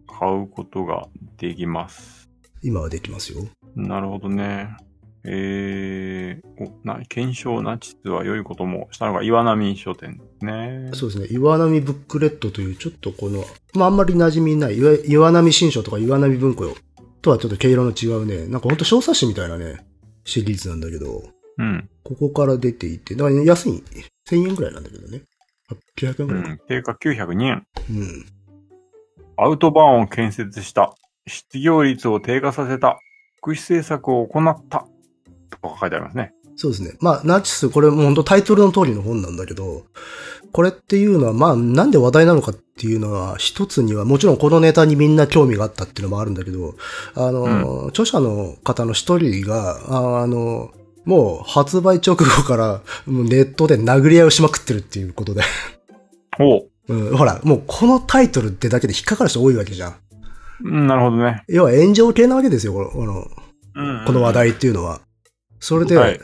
A: 買うことができます。
B: 今はできますよ。
A: なるほどね。ええお、な、検証な実は良いこともしたのが岩波書店ですね。
B: そうですね。岩波ブックレットという、ちょっとこの、まあ、あんまり馴染みない、岩岩波新書とか岩波文庫よとはちょっと毛色の違うね、なんかほんと小冊子みたいなね、シリーズなんだけど、
A: うん。
B: ここから出ていて、だからね安い、1000円ぐらいなんだけどね。800円
A: う
B: ぐらいか。
A: ん。定価902円。
B: うん。
A: アウトバーンを建設した。失業率を低下させた。福祉政策を行った。とか書いてありますね。
B: そうですね。まあ、ナチス、これもう本当タイトルの通りの本なんだけど、これっていうのは、まあ、なんで話題なのかっていうのは、一つには、もちろんこのネタにみんな興味があったっていうのもあるんだけど、あの、著者の方の一人が、ああの、もう発売直後から、もうネットで殴り合いをしまくってるっていうことで、
A: おう
B: うん、ほら、もうこのタイトルってだけで引っかかる人多いわけじゃん。
A: うん、なるほどね。
B: 要は炎上系なわけですよ、この、このこの話題っていうのは。それで、
A: はい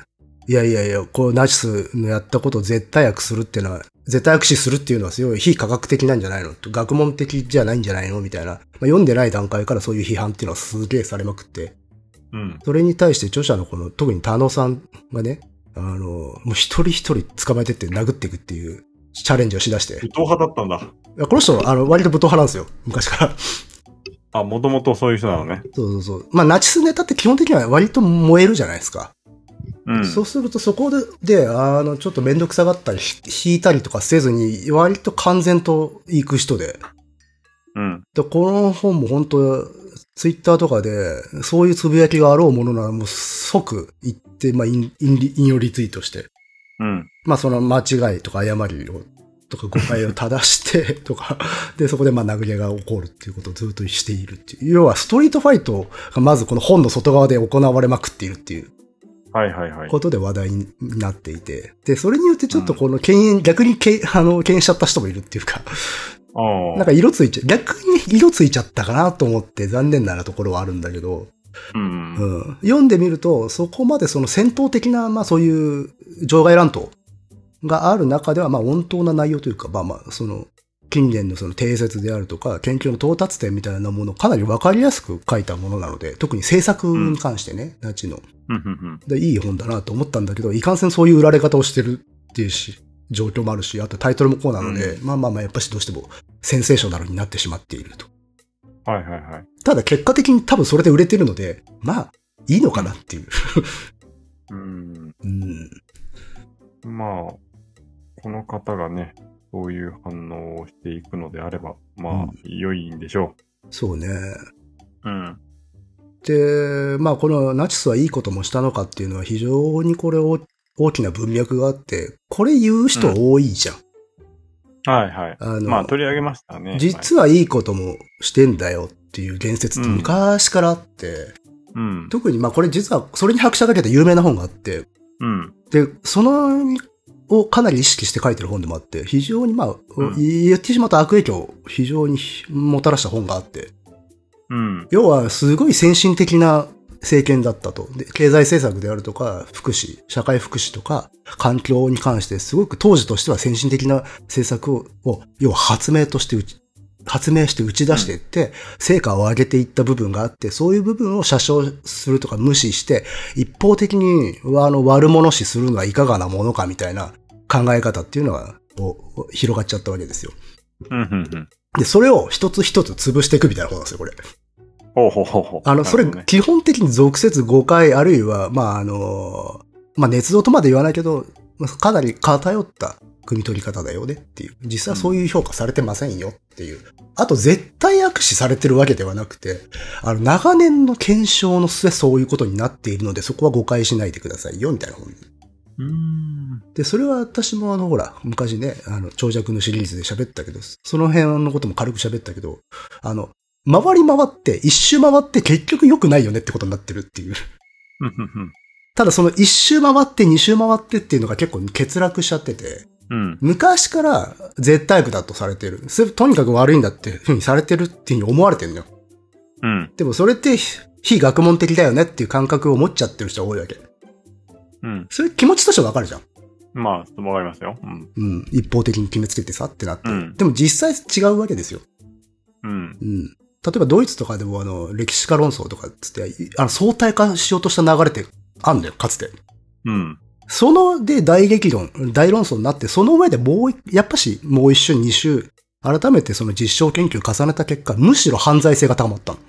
B: い、やいやいや、こう、ナチスのやったことを絶対悪するっていうのは、絶対悪視するっていうのは、すごい非科学的なんじゃないの学問的じゃないんじゃないのみたいな。まあ、読んでない段階からそういう批判っていうのはすげえされまくって。
A: うん。
B: それに対して著者のこの、特に田野さんがね、あの、もう一人一人捕まえてって殴っていくっていうチャレンジをしだして。い
A: 武闘派だったんだ。
B: やこの人、あの、割と武闘派なんですよ。昔から。
A: あ、もともとそういう人なのね。
B: そうそうそう。まあ、ナチスネタって基本的には割と燃えるじゃないですか。
A: うん。
B: そうするとそこで、で、あの、ちょっとめんどくさがったり、ひ引いたりとかせずに、割と完全と行く人で。
A: うん。
B: で、この本も本当ツイッターとかで、そういうつぶやきがあろうものなら、もう即行って、まあ、引引リ引用リツイートして。
A: うん。
B: まあ、その間違いとか誤りを、とか誤解を正して、 とか、で、そこでまあ殴り合いが起こるっていうことをずっとしているっていう。要は、ストリートファイトがまずこの本の外側で行われまくっているっていう。
A: はいはいはい。
B: ことで話題になっていて、で、それによってちょっとこの敬遠、逆に敬あの、敬遠しちゃった人もいるっていうか、
A: ああ。
B: なんか色ついちゃ、逆に色ついちゃったかなと思って残念なところはあるんだけど、
A: うん。うん。
B: うん。読んでみると、そこまでその戦闘的な、まあそういう場外乱闘がある中では、まあ温当な内容というか、まあまあ、その、近年のその定説であるとか、研究の到達点みたいなものをかなりわかりやすく書いたものなので、特に制作に関してね、ナチの。
A: うんうん。
B: で、いい本だなと思ったんだけど、いかんせんそういう売られ方をしてるっていうし、状況もあるし、あとタイトルもこうなので、まあまあまあ、やっぱしどうしてもセンセーショナルになってしまっていると。
A: はいはいはい。
B: ただ結果的に多分それで売れてるので、まあ、いいのかなっていう。
A: うん。
B: うん。
A: まあ、この方がね、そういう反応をしていくのであれば、
B: う
A: まあ
B: ん、
A: 良いんでしょ
B: そうね。
A: う。うん。
B: で、まあこのナチスはいいこともしたのかっていうのは非常にこれ大大きな文脈があって、これ言う人多いじゃん。
A: はいはい。
B: あの、
A: まあ、取り上げましたね。
B: 実はいいこともしてんだよっていう言説って昔からあって、
A: はいうん。
B: 特に、まあこれ実は、それに拍車かけた有名な本があって、
A: うん。
B: で、その、をかなり意識して書いてる本でもあって、非常にまあ、
A: うん
B: 言ってしまった悪影響を非常にもたらした本があって、
A: うん。
B: 要はすごい先進的な政権だったと。で、経済政策であるとか、福祉、社会福祉とか、環境に関してすごく当時としては先進的な政策を、を要は発明として打ち、発明して打ち出していって、成果を上げていった部分があって、そういう部分を写真するとか無視して、一方的に、あの、悪者視するのはいかがなものかみたいな考え方っていうのが、こう広がっちゃったわけですよ。
A: うん。うん。うん。
B: で、それを一つ一つ潰していくみたいな本なんですよ、これ。
A: ほうほうほうほう。
B: あの、それ
A: なるほどね、
B: 基本的に俗説誤解、あるいは、まあ、あの、まあ、捏造とまで言わないけど、まあかなり偏った汲み取り方だよねっていう。実際そういう評価されてませんよっていう。あと絶対握手されてるわけではなくて、あの、長年の検証の末そういうことになっているので、そこは誤解しないでくださいよ、みたいな本。
A: うーん。
B: で、それは私もあの、ほら、昔ね、あの、長尺のシリーズで喋ったけど、その辺のことも軽く喋ったけど、あの、回り回って、一周回って結局良くないよねってことになってるっていう。
A: うんうん
B: ただその一周回って二周回ってっていうのが結構欠落しちゃってて、
A: うん。うん。
B: 昔から絶対悪だとされてる。それとにかく悪いんだっていうふうにされてるっていうふうに思われてるのよ。
A: うん。
B: でもそれって非学問的だよねっていう感覚を持っちゃってる人が多いわけ。
A: うん。
B: それ気持ちとしてはわかるじゃん。
A: まあ、わかりますよ。うん。
B: うん。一方的に決めつけてさってなって。
A: うん
B: でも実際違うわけですよ。
A: うん。
B: うん。例えばドイツとかでもあの、歴史家論争とかっつって、いあの、相対化しようとした流れってあんだよ、かつて。
A: うん。
B: その、で、大激論、大論争になって、その上でもうい、やっぱし、もう一週、二週、改めてその実証研究重ねた結果、むしろ犯罪性が高まったの。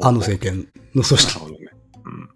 A: あ
B: あの政権
A: な
B: の組
A: る
B: 織
A: ほどね。うん。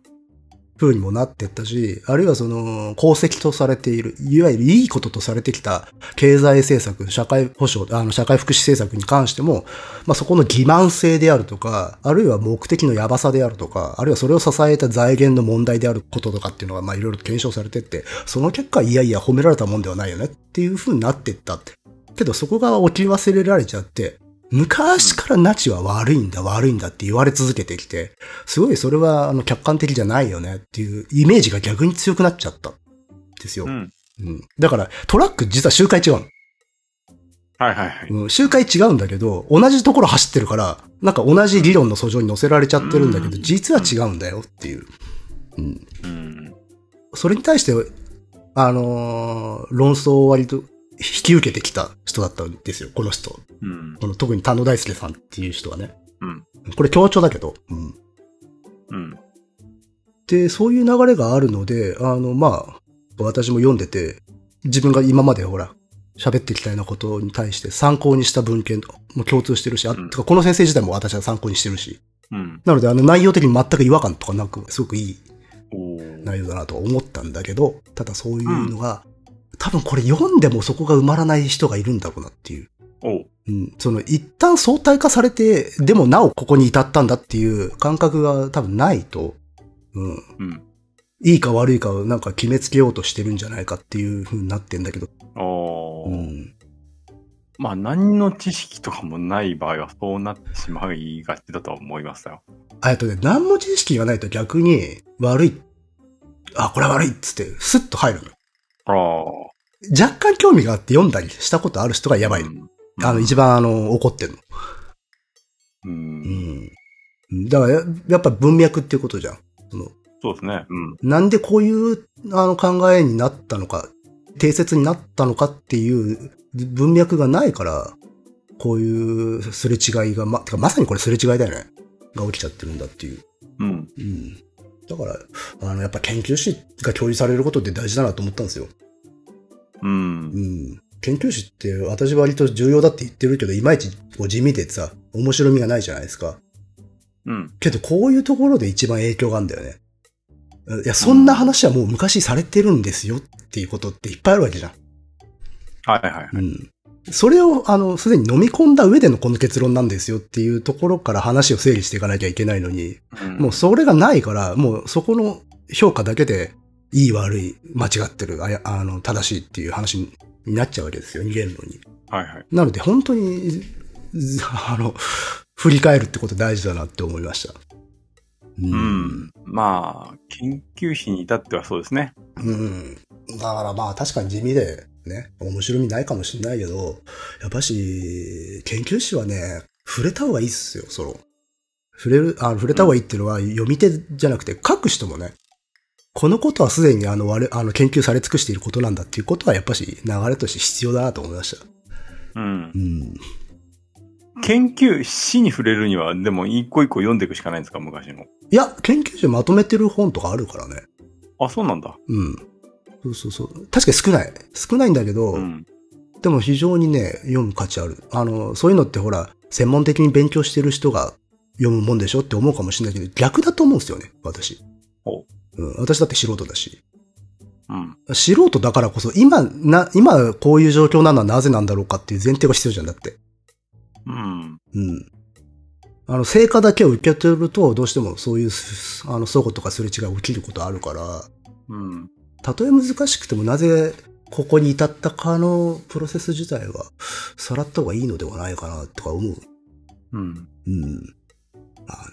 B: 風にもなってったし、あるいはその、功績とされている、いわゆるいいこととされてきた、経済政策、社会保障、あの、社会福祉政策に関しても、まあ、そこの欺瞞性であるとか、あるいは目的のやばさであるとか、あるいはそれを支えた財源の問題であることとかっていうのが、まあ、いろいろ検証されてって、その結果、いやいや褒められたもんではないよねっていう風になってったって。けど、そこが置き忘れられちゃって、昔からナチは悪いんだ、悪いんだって言われ続けてきて、すごいそれはあの客観的じゃないよねっていうイメージが逆に強くなっちゃったんですよ。
A: う
B: うん
A: ん。
B: だからトラック実は周回違う
A: はいはいはい。
B: の、うん。周回違うんだけど、同じところ走ってるから、なんか同じ理論の訴状に乗せられちゃってるんだけど、
A: うん
B: 実は違うんだよっていう。うん、
A: うん。
B: それに対して、あのー論争を割と引き受けてきた人だったんですよ、この人。
A: うん。
B: この特に田野大輔さんっていう人はね。
A: うん
B: これ強調だけど。うん
A: うん。
B: で、そういう流れがあるので、あの、まあ、私も読んでて、自分が今までほら、喋ってきたようなことに対して参考にした文献も共通してるし、あ、
A: うん
B: てかこの先生自体も私は参考にしてるし、
A: うん。
B: なのであの内容的に全く違和感とかなく、すごくいい
A: おー
B: 内容だなとは思ったんだけど、ただそういうのが、多分これ読んでもそこが埋まらない人がいるんだろうなっていう。
A: おう。
B: うん、その一旦相対化されて、でもなおここに至ったんだっていう感覚が多分ないと、うん、
A: うん。
B: いいか悪いかをなんか決めつけようとしてるんじゃないかっていう風になってんだけど。
A: お
B: う
A: ー
B: ん。
A: まあ、何の知識とかもない場合は、そうなってしまいがちだとは思いましたよ。
B: あえとね、何も知識がないと逆に悪い。あ、これは悪いっつって、スッと入るの。
A: ああ。
B: 若干興味があって読んだりしたことある人がやばいの。
A: うん
B: あの、一番あの、怒ってるの。
A: う。
B: うんん。だからや、やっぱ文脈っていうことじゃん。その、
A: そうですね。うん。
B: なんでこういうあの考えになったのか、定説になったのかっていう文脈がないから、こういうすれ違いが、ま、てかまさにこれすれ違いだよね。が起きちゃってるんだっていう。
A: うん。
B: うん。だから、あの、やっぱ研究誌が共有されることって大事だなと思ったんですよ。
A: うん
B: う。ん。研究誌って私割と重要だって言ってるけど、いまいちこう地味でさ、面白みがないじゃないですか。
A: うん。
B: けど、こういうところで一番影響があるんだよね。いや、そんな話はもう昔されてるんですよっていうことっていっぱいあるわけじゃん。
A: はいはいはい。
B: うん。それを、あの、すでに飲み込んだ上でのこの結論なんですよっていうところから話を整理していかなきゃいけないのに、
A: うん
B: もうそれがないから、もうそこの評価だけで、いい悪い、間違ってる、あやあの、正しいっていう話になっちゃうわけですよ、逃げるのに。
A: はいはい。
B: なので、本当に、ずあの、振り返るってこと大事だなって思いました。う
A: うん。まあ、研究費に至ってはそうですね。
B: うん。だからまあ確かに地味で、ね、面白みないかもしれないけど、やっぱし、研究誌はね、触れた方がいいっすよ、その。触れる、あ触れた方がいいっていうのは、読み手じゃなくて書く人もね、このことはすでにあの、我々あの、研究され尽くしていることなんだっていうことは、やっぱし流れとして必要だなと思いました。
A: うん
B: う。ん。
A: 研究死に触れるには、でも一個一個読んでいくしかないんですか、昔の。
B: いや、研究誌まとめてる本とかあるからね。
A: あ、そうなんだ。
B: うん。そうそうそう。確かに少ない。少ないんだけど、
A: うん。
B: でも非常にね、読む価値ある。あの、そういうのってほら、専門的に勉強してる人が読むもんでしょって思うかもしれないけど、逆だと思うんですよね、私。
A: ほ
B: うん、私だって素人だし。
A: うん。
B: 素人だからこそ、今、な、今こういう状況なのはなぜなんだろうかっていう前提が必要じゃんだって。
A: うん。
B: うん。あの、成果だけを受け取ると、どうしてもそういうす、すあの、相互とかすれ違いが起きることあるから、
A: うん。
B: たとえ難しくてもなぜここに至ったかのプロセス自体は、さらった方がいいのではないかな、とか思う。
A: うん。
B: うん。ま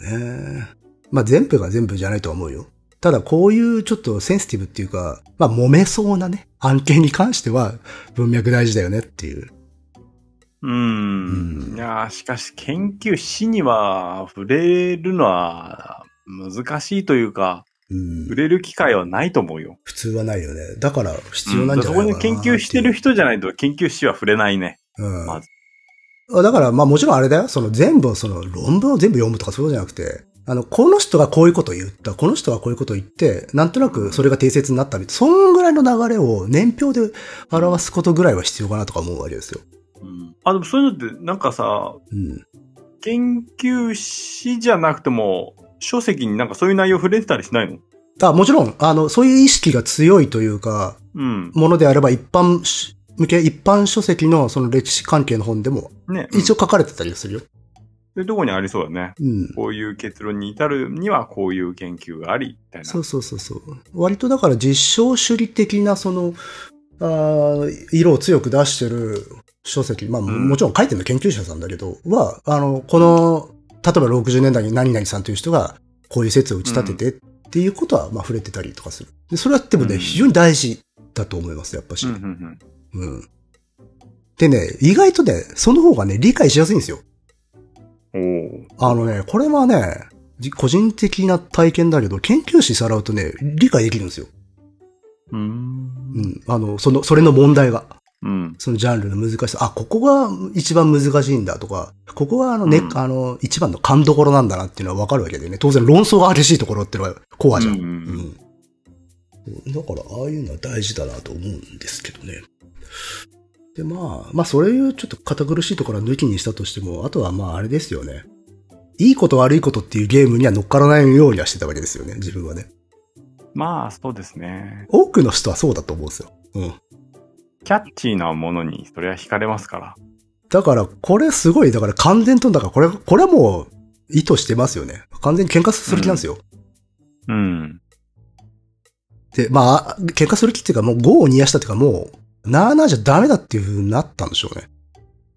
B: あね。まあ全部が全部じゃないとは思うよ。ただこういうちょっとセンシティブっていうか、まあ揉めそうなね、案件に関しては文脈大事だよねっていう。
A: うん。
B: うん
A: いやーしかし研究死には触れるのは難しいというか、
B: うん
A: 触。れる機会はないと思うよ。
B: 普通はないよね。だから必要なんじゃ
A: そ
B: ないか
A: こに
B: な
A: 研究してる
B: 人。
A: 人じゃないと研究死は触れないね。
B: うん。
A: まず
B: あだからまあもちろんあれだよ。その全部、その論文を全部読むとかそういうことじゃなくて、あの、この人がこういうことを言った、この人がこういうことを言って、なんとなくそれが定説になったり、そんぐらいの流れを年表で表すことぐらいは必要かなとか思うわけですよ。
A: うん。あ、でもそういうのってなんかさ、
B: うん。
A: 研究死じゃなくても、書籍になんかそういう内容触れてたりしないの
B: あもちろん、あの、そういう意識が強いというか、
A: うん。
B: ものであれば一般し向け、一般書籍のその歴史関係の本でも
A: ね。
B: 一
A: 応。
B: 応書かれてたりするよ。
A: そういうとこにありそうだね。
B: うん。
A: こういう結論に至るにはこういう研究があり、みたいな。
B: そうそうそうそう。割とだから実証主義的なその、あー色を強く出してる書籍、まあも
A: うん
B: もちろん書いてるの研究者さんだけど、は、あの、この、例えば60年代に何々さんという人がこういう説を打ち立ててっていうことは、まあ触れてたりとかする。で、それはでもね、
A: うん
B: 非常に大事だと思います、やっぱし。
A: うんうんうん。
B: うん。でね、意外とね、その方がね、理解しやすいんですよ。
A: おー
B: あのね、これはね、じ個人的な体験だけど、研究士さらうとね、理解できるんですよ。
A: うー。
B: うんん。あの、その、それの問題が。
A: うん。
B: そのジャンルの難しさ。あ、ここが一番難しいんだとか、ここがあのね、
A: うん
B: あの、一番の勘どころなんだなっていうのはわかるわけでね。当然論争が激しいところってのはコアじゃん。
A: うんうん
B: うんだから、ああいうのは大事だなと思うんですけどね。で、まあ、まあ、そういうちょっと堅苦しいところは抜きにしたとしても、あとはまあ、あれですよね。いいこと悪いことっていうゲームには乗っからないようにはしてたわけですよね、自分はね。
A: まあ、そうですね。
B: 多くの人はそうだと思うんですよ。うん。
A: キャッチーなものに、それは惹かれますから。
B: だから、これすごい、だから完全と、だからこれ、これはもう、意図してますよね。完全に喧嘩する気なんですよ。
A: うん。
B: で、まあ、喧嘩する気っていうか、もう5を煮やしたっていうか、もう、なあなあじゃダメだっていう風になったんでしょうね。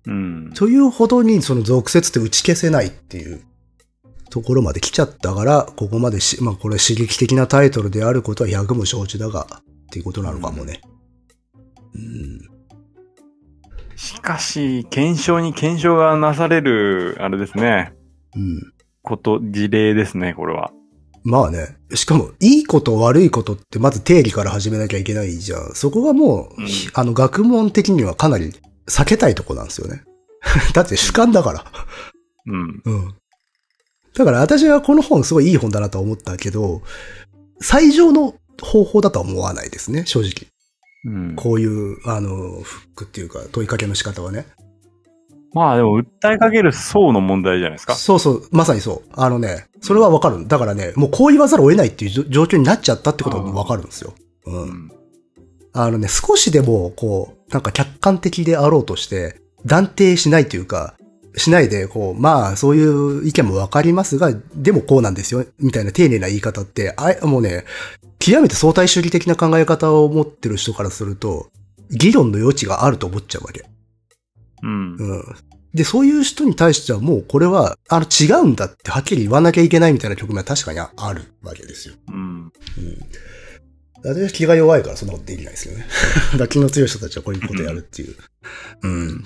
A: うん。
B: というほどにその俗説って打ち消せないっていうところまで来ちゃったから、ここまでし、まあこれ刺激的なタイトルであることは百も承知だが、っていうことなのかもね。うん。
A: しかし、検証に検証がなされる、あれですね。
B: うん。
A: こと、事例ですね、これは。
B: まあね。しかも、いいこと悪いことってまず定義から始めなきゃいけないじゃん。そこがも
A: う
B: う、
A: ん
B: あの、学問的にはかなり避けたいとこなんですよね。 だって主観だから。
A: うん。
B: うん。だから私はこの本すごいいい本だなとは思ったけど、最上の方法だとは思わないですね、正直。
A: うん、
B: こういう、あの、フックっていうか問いかけの仕方はね。
A: まあ、でも、訴えかける層の問題じゃないですか。
B: そうそう、まさにそう。あのね、それはわかる。だからね、もうこう言わざるを得ないっていうじょ状況になっちゃったってことはわかるんですよ。う。
A: うんん。
B: あのね、少しでも、こう、なんか客観的であろうとして、断定しないというか、しないで、こう、まあ、そういう意見もわかりますが、でもこうなんですよ、みたいな丁寧な言い方って、あいもうね、極めて相対主義的な考え方を持ってる人からすると、議論の余地があると思っちゃうわけ。
A: うん。
B: うん。で、そういう人に対してはもうこれは、あの、違うんだってはっきり言わなきゃいけないみたいな局面は確かにあるわけですよ。
A: うん。
B: 私は気が弱いからそんなことできないです けどね。だから気の強い人たちはこういうことやるっていう。うん。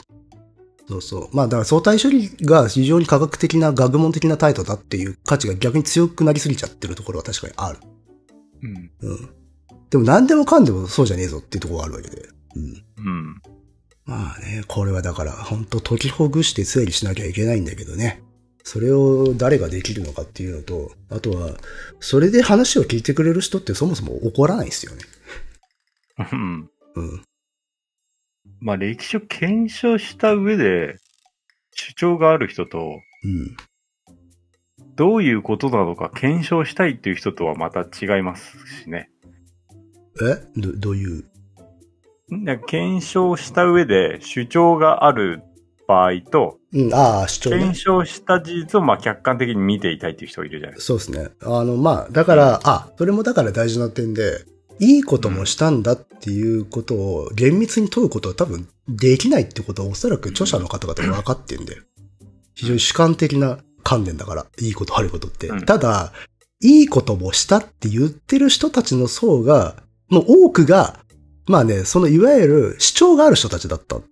B: そうそう。まあだから相対処理が非常に科学的な学問的な態度だっていう価値が逆に強くなりすぎちゃってるところは確かにある。
A: うん。
B: うん。でも何でもかんでもそうじゃねえぞっていうところがあるわけで。うん。
A: うん。
B: まあね、これはだから本当解きほぐして整理しなきゃいけないんだけどね。それを誰ができるのかっていうのと、あとは、それで話を聞いてくれる人ってそもそも怒らないですよね。
A: うん。
B: うん。
A: まあ、歴史を検証した上で、主張がある人と、
B: うん。
A: どういうことなのか検証したいっていう人とはまた違いますしね。
B: えどどういう
C: うんだから検証した上で主張がある場合と、
B: うん、ああ、主張ね
C: 検。証した事実をまあ客観的に見ていたいっていう人がいるじゃないです
B: そうですね。あの、まあ、だから、あ、それもだから大事な点で、いいこともしたんだっていうことを厳密に問うことは多分できないってことはおそらく著者の方々も分かってんだよ。非常に主観的な観念だから、いいこと悪いことって。
C: うん
B: ただ、いいこともしたって言ってる人たちの層が、の多くが、まあね、そのいわゆる主張がある人たちだったっ
C: か。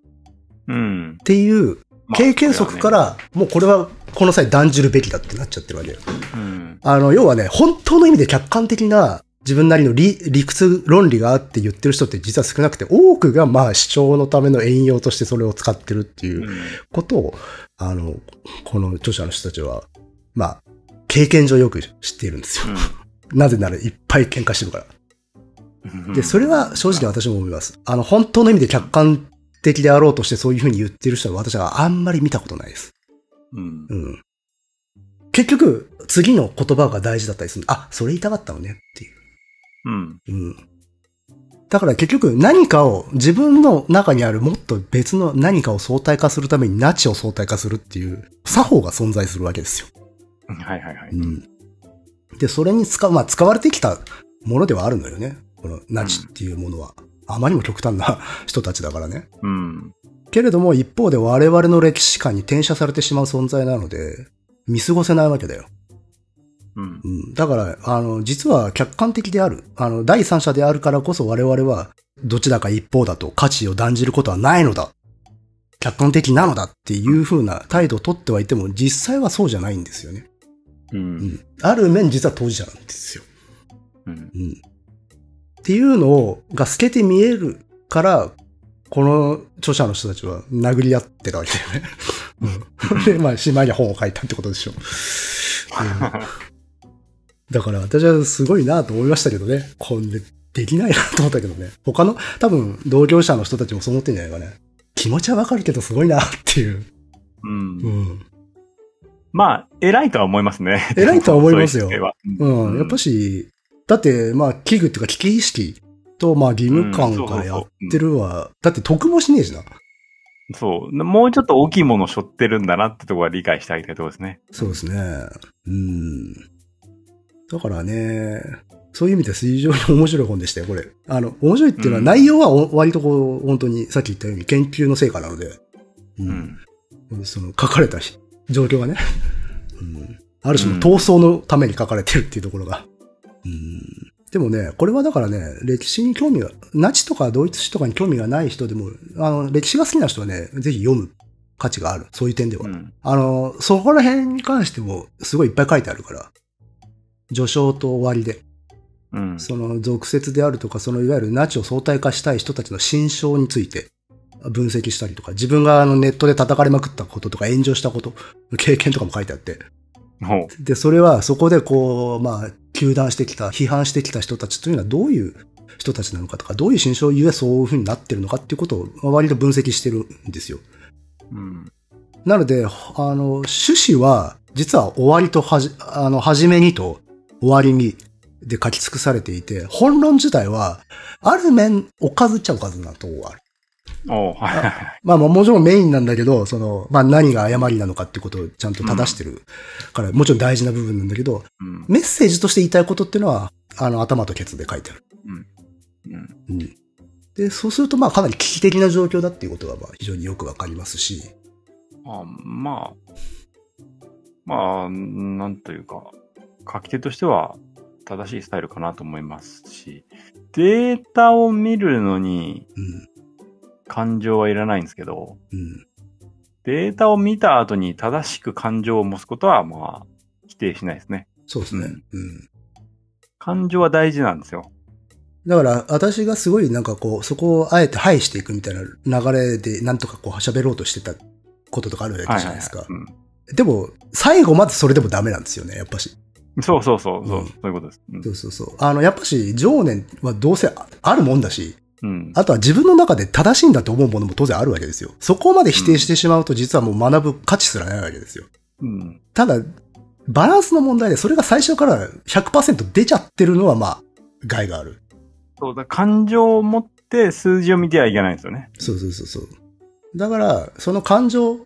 C: うん。
B: ていう
C: まあ
B: 経験則か、ら、もうこれはこの際断じるべきだってなっちゃってるわけよ。
C: それはねうん。
B: あの、要はね、本当の意味で客観的な自分なりの理理屈、論理があって言ってる人って実は少なくて、多くがまあ主張のための援用としてそれを使ってるっていううんことを、あの、この著者の人たちは、まあ、経験上よく知っているんですよ。なぜならいっぱい喧嘩してるから。
C: うん
B: で、それは正直私も思います。あの、本当の意味で客観的であろうとしてそういうふうに言ってる人は私はあんまり見たことないです。
C: うん
B: うん。結局、次の言葉が大事だったりする。あ、それ言いたかったのねっていう。
C: うん。
B: うん。だから結局何かを自分の中にあるもっと別の何かを相対化するためにナチを相対化するっていう作法が存在するわけですよ。
C: はいはいはい。
B: うん。で、それに使う、まあ使われてきたものではあるのよね。このナチっていうものは。あまりにも極端な人たちだからね。
C: うん。
B: けれども一方で我々の歴史観に転写されてしまう存在なので、見過ごせないわけだよ。
C: うん。
B: うん、だから、あの、実は客観的である。あの、第三者であるからこそ我々は、どちらか一方だと価値を断じることはないのだ。客観的なのだっていう風な態度をとってはいても、実際はそうじゃないんですよね。
C: う。
B: うんん。ある面実は当事者なんですよ。
C: うん。
B: うん。っていうのを、が透けて見えるから、この著者の人たちは殴り合ってたわけだよね。うん。で、まあ、しまいには本を書いたってことでしょう。うんだから私はすごいなと思いましたけどね。こんで、できないなと思ったけどね。他の、多分、同業者の人たちもそう思ってんじゃないかね。気持ちはわかるけどすごいなっていう。
C: うん
B: う。ん。
C: まあ、偉いとは思いますね。
B: 偉いとは思いますよ
C: そうう姿勢は
B: うん。やっぱし、だって、まあ、器具っていうか危機意識と、まあ、義務感からやってるわ。だって、得もしねえしな。
C: そう。もうちょっと大きいものを背負ってるんだなってところは理解してあげたいところですね。
B: そうですね。うん。だからね、そういう意味では非常に面白い本でしたよ、これ。あの、面白いっていうのは、
C: うん
B: 内容はお割とこう、本当にさっき言ったように研究の成果なので、
C: う
B: うん
C: ん。
B: その書かれたし状況がね、うん、ある種の闘争のために書かれてるっていうところが。うんでもね、これはだからね、歴史に興味が、ナチとかドイツ史とかに興味がない人でも、あの、歴史が好きな人はね、ぜひ読む価値がある。そういう点では。
C: うん。
B: あの、そこら辺に関しても、すごいいっぱい書いてあるから。序章と終わりで。
C: うん。
B: その、俗説であるとか、その、いわゆるナチを相対化したい人たちの心象について、分析したりとか、自分があのネットで叩かれまくったこととか、炎上したこと、経験とかも書いてあって。
C: ほ
B: で、それは、そこでこう、まあ、糾弾してきた、批判してきた人たちというのは、どういう人たちなのかとか、どういう心象ゆえそういうふうになってるのかっていうことを、まあ割と分析してるんですよ。
C: う。うん。
B: なので、あの、趣旨は、実は終わりとはじ、あの、始めにと終わりにで書き尽くされていて、本論自体は、ある面、おかずっちゃおかずなとこがある。
C: おうはいはいはい。
B: まあまあもちろんメインなんだけど、その、まあ何が誤りなのかってことをちゃんと正してるから、もちろん大事な部分なんだけど、
C: うん。
B: メッセージとして言いたいことっていうのは、あの、頭とケツで書いてある。
C: うん。
B: うん。で、そうするとまあかなり危機的な状況だっていうことがまあ非常によくわかりますし、
C: あまあ、まあ、なんというか、書き手としては正しいスタイルかなと思いますし、データを見るのに
B: うん、
C: 感情はいらないんですけど、
B: うん、
C: データを見た後に正しく感情を持つことは、まあ、否定しないですね。
B: そうですね。うん
C: 感情は大事なんですよ。
B: だから、私がすごいなんかこう、そこをあえて排していくみたいな流れで、なんとかこう、喋ろうとしてたこととかあるわけじゃないですか。
C: うん
B: でも、最後までそれでもダメなんですよね、やっぱし。
C: そうそうそう、そう
B: うん
C: そういうことです。うん
B: そうそうそう。あの、やっぱし、情念はどうせああるもんだし、
C: うん。
B: あとは自分の中で正しいんだと思うものも当然あるわけですよ。そこまで否定してしまうと、実はもう学ぶ価値すらないわけですよ。
C: うん。
B: ただ、バランスの問題で、それが最初から100%出ちゃってるのは、まあ、害がある。
A: そうだ、感情を持って数字を見てはいけないんですよね。
B: そうそうそうそう。だから、その感情、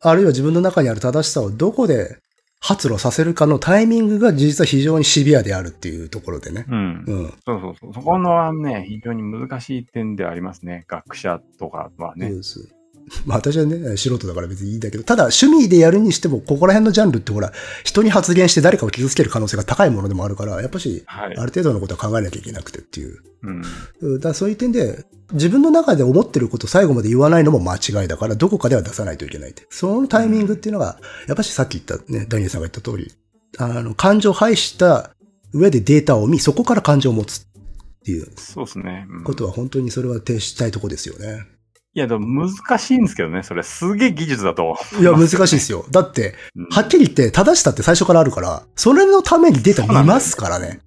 B: あるいは自分の中にある正しさをどこで発露させるかのタイミングが実は非常にシビアであるっていうところでね。
A: うん。
B: うん。
A: そうそうそう。そこのはね、非常に難しい点ではありますね。学者とかは
B: そう
A: ね。
B: です。まあ私はね、素人だから別にいいんだけど、ただ趣味でやるにしても、ここら辺のジャンルってほら、人に発言して誰かを傷つける可能性が高いものでもあるから、やっぱし、
A: はい
B: あ。る程度のことは考えなきゃいけなくてっていう。
A: うん。
B: うんだからそういう点で、自分の中で思ってることを最後まで言わないのも間違いだから、どこかでは出さないといけないって。そのタイミングっていうのが、やっぱしさっき言ったね、ダニエルさんが言った通り、あの、感情を排した上でデータを見、そこから感情を持つっていう
A: そうですね。うん
B: ことは本当にそれは停止したいとこですよね。
A: いや、でも難しいんですけどね、それ。すげえ技術だと。
B: いや、難しいですよ。だって、
A: うん
B: はっきり言って、正しさって最初からあるから、それのためにデータ見ますからね。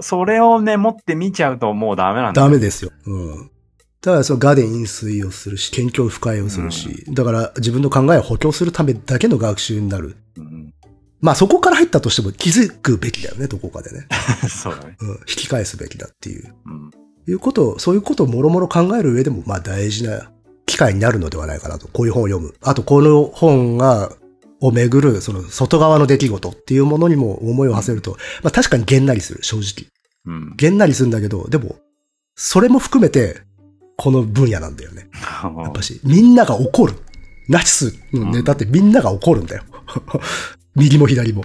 A: それをね、持って見ちゃうともうダメなんだ。
B: ダメですよ。うん。だから、そのガで飲水をするし、研究を深いをするし、だから自分の考えを補強するためだけの学習になる。
A: うん、
B: まあ、そこから入ったとしても気づくべきだよね、どこかでね。
A: そうだね。
B: うん。引き返すべきだっていう。
A: うん。
B: いうことを、そういうことをもろもろ考える上でも、まあ大事な機会になるのではないかなと。こういう本を読む。あと、この本が、をめぐる、その外側の出来事っていうものにも思いを馳せると、まあ確かにげんなりする、正直。
A: うん。
B: げんなりするんだけど、でも、それも含めて、この分野なんだよね。やっぱし、みんなが怒る。ナチス、うんね、
A: うん
B: だってみんなが怒るんだよ。 右も左も。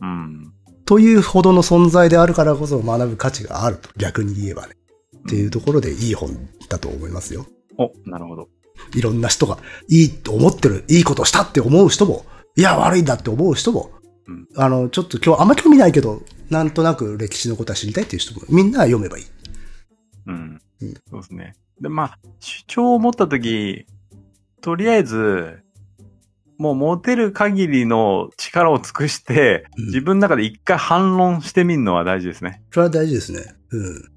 A: うん。
B: というほどの存在であるからこそ学ぶ価値があると、逆に言えばね。っていうところでいい本だと思いますよ。
A: お、なるほど。
B: いろんな人がいいと思ってる、いいことしたって思う人も、いや、悪いんだって思う人も、
A: うん
B: あの、ちょっと今日あんま興味ないけど、なんとなく歴史のことは知りたいっていう人も、みんな読めばいい。
A: うん
B: うん。
A: そうですね。で、まあ、主張を持ったとき、とりあえず、もう持てる限りの力を尽くして、
B: うん
A: 自分の中で一回反論してみるのは大事ですね。
B: それは大事ですね。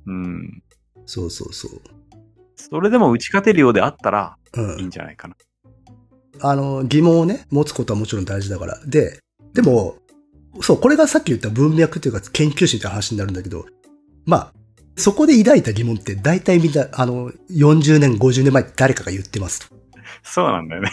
B: うん。
A: うん。
B: そうそうそう。
A: それでも打ち勝てるようであったら
B: う
A: いい
B: ん。
A: んじゃないかな。
B: あの、疑問をね、持つことはもちろん大事だから。で、でも、そう、これがさっき言った文脈というか研究心って話になるんだけど、まあ、そこで抱いた疑問って大体みんな、あの、40年、50年前って誰かが言ってますと。
A: そうなんだよね。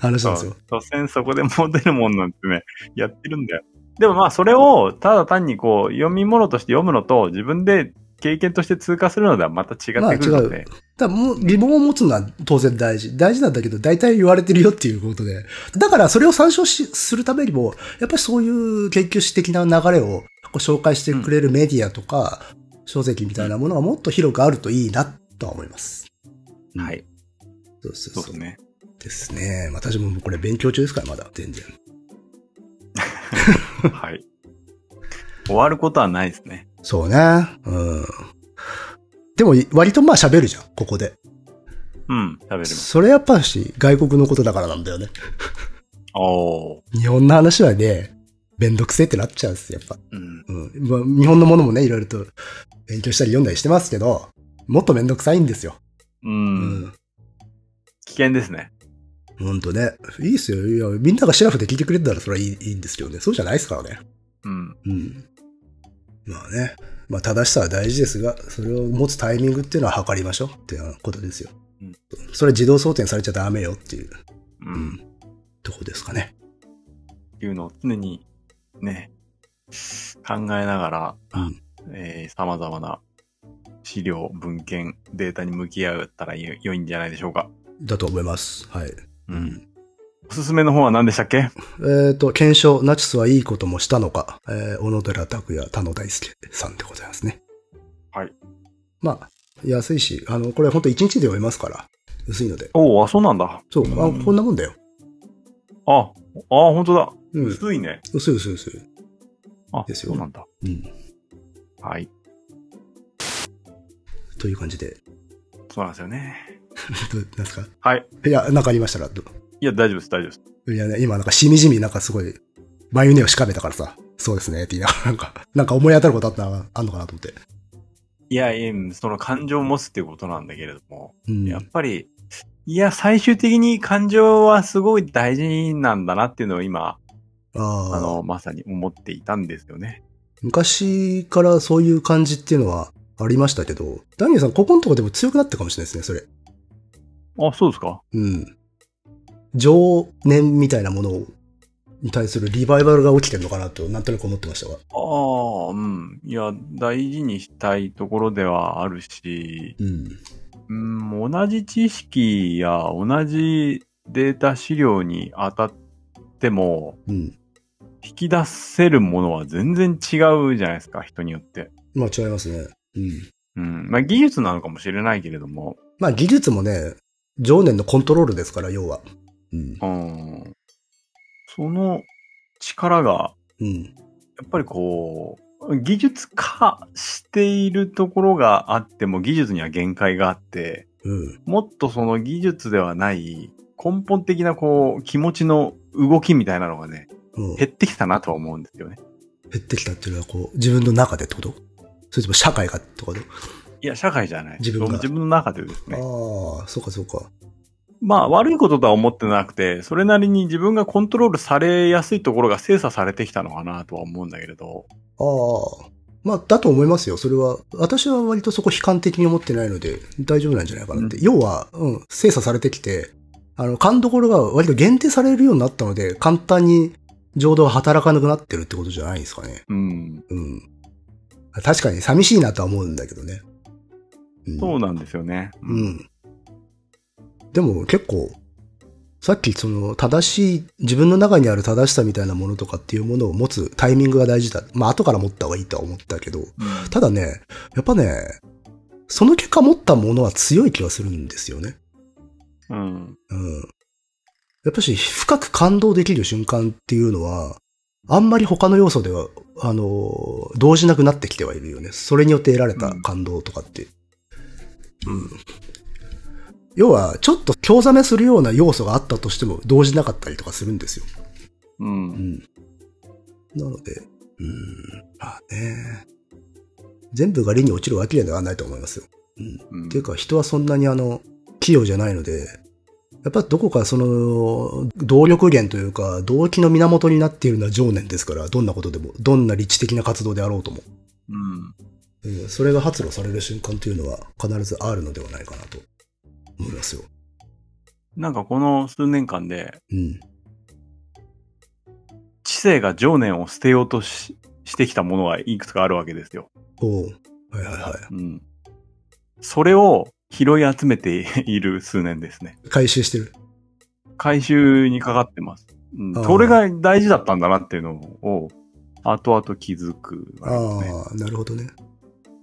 B: 話な
A: そ
B: ん
A: う。
B: ですよ。
A: 所詮そこで持てるもんなんてね、やってるんだよ。でもまあそれをただ単にこう読み物として読むのと自分で経験として通過するのではまた違ってくるので。
B: だからもう疑問を持つのは当然大事。大事なんだけど、大体言われてるよっていうことで。だからそれを参照しするためにも、やっぱりそういう研究史的な流れをこう紹介してくれるメディアとか、書籍みたいなものがもっと広くあるといいなとは思います。う
A: はい。
B: そうそう
A: そ
B: そう
A: です
B: う。
A: ね。
B: ですね。私もこれ勉強中ですから、まだ全然。
A: はい。終わることはないですね。
B: そうね。うん。でも割とまあ喋るじゃん、ここで。
A: うん、喋れます。
B: それやっぱし外国のことだからなんだよね。
A: おー。
B: 日本の話はね、めんどくせえってなっちゃうんですよ、やっぱ。
A: うん。
B: うん。まあ、日本のものもね、いろいろと勉強したり読んだりしてますけど、もっとめんどくさいんですよ。
A: うん
B: う。ん。
A: 危険ですね。
B: ほんとね。いいっすよ。いや、みんながシラフで聞いてくれてたらそれはいいいいんですけどね。そうじゃないですからね。
A: うん。
B: うん。まあね。まあ、正しさは大事ですが、それを持つタイミングっていうのは測りましょうっていうことですよ。
A: うん
B: それ自動装填されちゃダメよっていう、
A: う。
B: うんとこですかね。
A: っていうのを常にね、考えながら、
B: うん
A: えー、様々な資料、文献、データに向き合ったらよ良いんじゃないでしょうか。
B: だと思います。はい。
A: うん。おすすめの本は何でしたっけ
B: えっ、と、検証、ナチスはいいこともしたのか、えー小野寺拓也、田野大輔さんでございますね。
A: はい。
B: まあ、安いし、あの、これ本当一日で読めますから、薄いので。
A: おお、あ、そうなんだ。
B: そう、あ
A: ん
B: こんなもんだよ。
A: あ、あ、本当だ。
B: うん。
A: 薄いね。
B: 薄い薄い薄い。
A: あ、
B: ですよ
A: そうなんだ。
B: うん。
A: はい。
B: という感じで。
A: そうなんですよね。
B: どうなんですか
A: はい。
B: いや、なんかありましたら、ど
A: いや、大丈夫です、大丈夫です。
B: ういやね、今なんかしみじみなんかすごい、眉根をしかめたからさ、そうですね、って言いながら、なんか、なんか思い当たることあったら、あんのかなと思って。
A: いや、いやその感情を持つっていうことなんだけれども、
B: うん。
A: やっぱり、いや、最終的に感情はすごい大事なんだなっていうのを今、
B: あー
A: あの、まさに思っていたんですよね。
B: 昔からそういう感じっていうのは、ありましたけど、ダニエルさん、ここのとこでも強くなったかもしれないですね、それ。
A: あ、そうですか
B: うん。常年みたいなものに対するリバイバルが起きてるのかなと、なんとなく思ってましたが。
A: ああ、うん。いや、大事にしたいところではあるし、
B: うん。
A: うん、同じ知識や同じデータ資料に当たっても、
B: うん。
A: 引き出せるものは全然違うじゃないですか、人によって。
B: まあ違いますね。うん。
A: うん。まあ、技術なのかもしれないけれども、
B: まあ技術もね、常年のコントロールですから、要は。うん。
A: うん。その力が、
B: うん。
A: やっぱりこう、技術化しているところがあっても技術には限界があって、
B: うん。
A: もっとその技術ではない根本的なこう気持ちの動きみたいなのがね、
B: うん、減
A: 減ってきたなとは思うんですよね。
B: ってきたっていうのは、こう、自分の中でってことそれとも社会がってこと
A: いや、社会じゃない。
B: 自分が
A: そう自分の中でですね。
B: ああ、そうかそうか。
A: まあ悪いこととは思ってなくて、それなりに自分がコントロールされやすいところが精査されてきたのかなとは思うんだけれど。
B: ああ。まあ、だと思いますよ。それは、私は割とそこ悲観的に思ってないので、大丈夫なんじゃないかなって。
A: う
B: 要は、うん、精査されてきて、あの、勘どころが割と限定されるようになったので、簡単に情動が働かなくなってるってことじゃないですかね。
A: うん。
B: うん。確かに寂しいなとは思うんだけどね。うん
A: そうなんですよね。
B: うん。でも結構、さっきその正しい、自分の中にある正しさみたいなものとかっていうものを持つタイミングが大事だ。まあ後から持った方がいいとは思ったけど、ただね、やっぱね、その結果持ったものは強い気がするんですよね。
A: うん。
B: うん。やっぱし深く感動できる瞬間っていうのは、あんまり他の要素では、あの、動じなくなってきてはいるよね。それによって得られた感動とかって。うん。要は、ちょっと興ざめするような要素があったとしても、動じなかったりとかするんですよ。
A: う。
B: うんん。なので、うん、まあね。全部が理に落ちるわけではないと思いますよ。うん。
A: うん
B: っていうか人はそんなにあの、器用じゃないので、やっぱどこかその、動力源というか、動機の源になっているのは情念ですから、どんなことでも、どんな理知的な活動であろうとも。
A: うん。
B: うん、それが発露される瞬間というのは必ずあるのではないかなと思いますよ。
A: なんかこの数年間で、
B: うん。
A: 知性が情念を捨てようとししてきたものがいくつかあるわけですよ。
B: おうはいはいは
A: うん。それを拾い集めている数年ですね。
B: い。回収してる。
A: 回収にかかってます。うん
B: あー
A: それが大事だったんだなっていうのを、後々気づくわけですね。
B: ああ、なるほどね。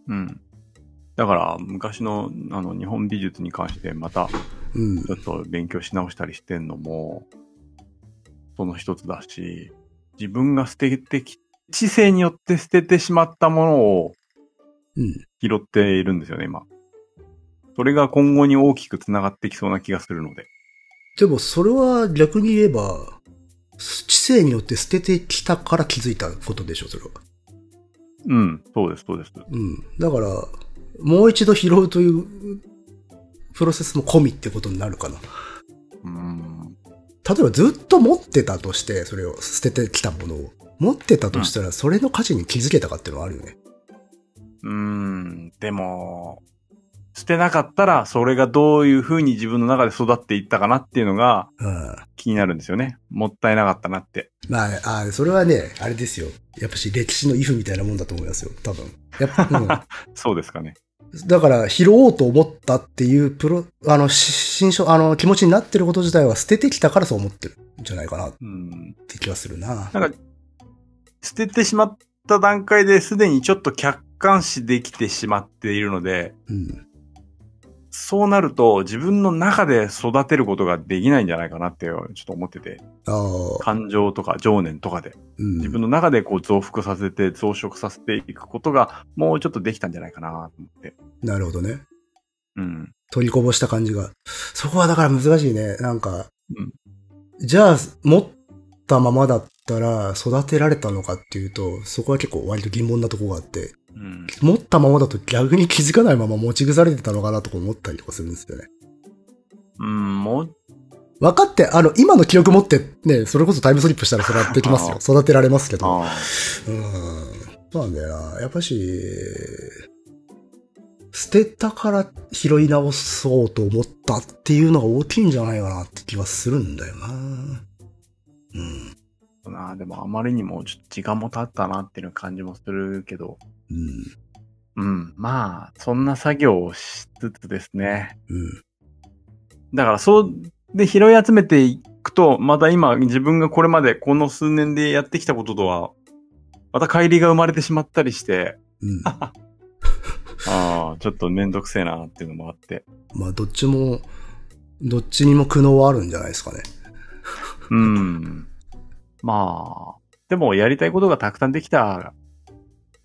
A: うん。だから、昔の、あの、日本美術に関して、また、
B: うん
A: ちょ。っと勉強し直したりしてんのも、その一つだし、自分が捨ててき、知性によって捨ててしまったものを、
B: うん。
A: 拾っているんですよね、今。それが今後に大きく繋がってきそうな気がするので。
B: でもそれは逆に言えば、知性によって捨ててきたから気づいたことでしょ、それは。
A: うん、そうです、そうです。
B: うん。だから、もう一度拾うというプロセスも込みってことになるかな。
A: うーん。
B: 例えばずっと持ってたとして、それを捨ててきたものを。持ってたとしたら、それの価値に気づけたかっていうのはあるよね。
A: うーん、でも、捨てなかったら、それがどういう風に自分の中で育っていったかなっていうのが
B: うん。
A: 気になるんですよね。もったいなかったなって。
B: まあ、あそれはね、あれですよ。やっぱし歴史のイフみたいなもんだと思いますよ、多分。やっ ぱ、
A: そうですかね。
B: うん、だから、拾おうと思ったっていうプロ、あの、し心象、あの、気持ちになってること自体は捨ててきたからそう思ってるんじゃないかなっ
A: うん。
B: て気がするな。
A: なんか、捨ててしまった段階ですでにちょっと客観視できてしまっているので、
B: うん。
A: そうなると自分の中で育てることができないんじゃないかなってちょっと思ってて、
B: ああ、
A: 感情とか情念とかで
B: うん。
A: 自分の中でこう増幅させて増殖させていくことがもうちょっとできたんじゃないかなと思って。
B: なるほどね。
A: うん。
B: 取りこぼした感じが。そこはだから難しいね。なんか、
A: うん
B: じゃあ、持ったままだったら育てられたのかっていうと、そこは結構割と疑問なとこがあって、
A: うん。
B: 持ったままだと逆に気づかないまま持ち腐れてたのかなとか思ったりとかするんですよね。
A: うん、もう、
B: 分かって、あの、今の記憶持って、ね、それこそタイムスリップしたらそれはできますよ。
A: あ
B: 育てられますけど。
A: ああ。
B: うん。そうなんだよな。やっぱし、てたから拾い直そうと思ったっていうのが大きいんじゃないかなって気はするんだよな。うん。
A: まあ、でもあまりにもちょっと時間も経ったなっていう感じもするけど、
B: うん。
A: うん、まあ、そんな作業をしつつですね。
B: うん。
A: だから、そう、で、拾い集めていくと、また今、自分がこれまで、この数年でやってきたこととは、また乖離が生まれてしまったりして、
B: うん。
A: ああ、ちょっとめんどくせえなっていうのもあって。
B: まあ、どっちも、どっちにも苦悩はあるんじゃないですかね。
A: うん。まあ、でもやりたいことがたくさんできた。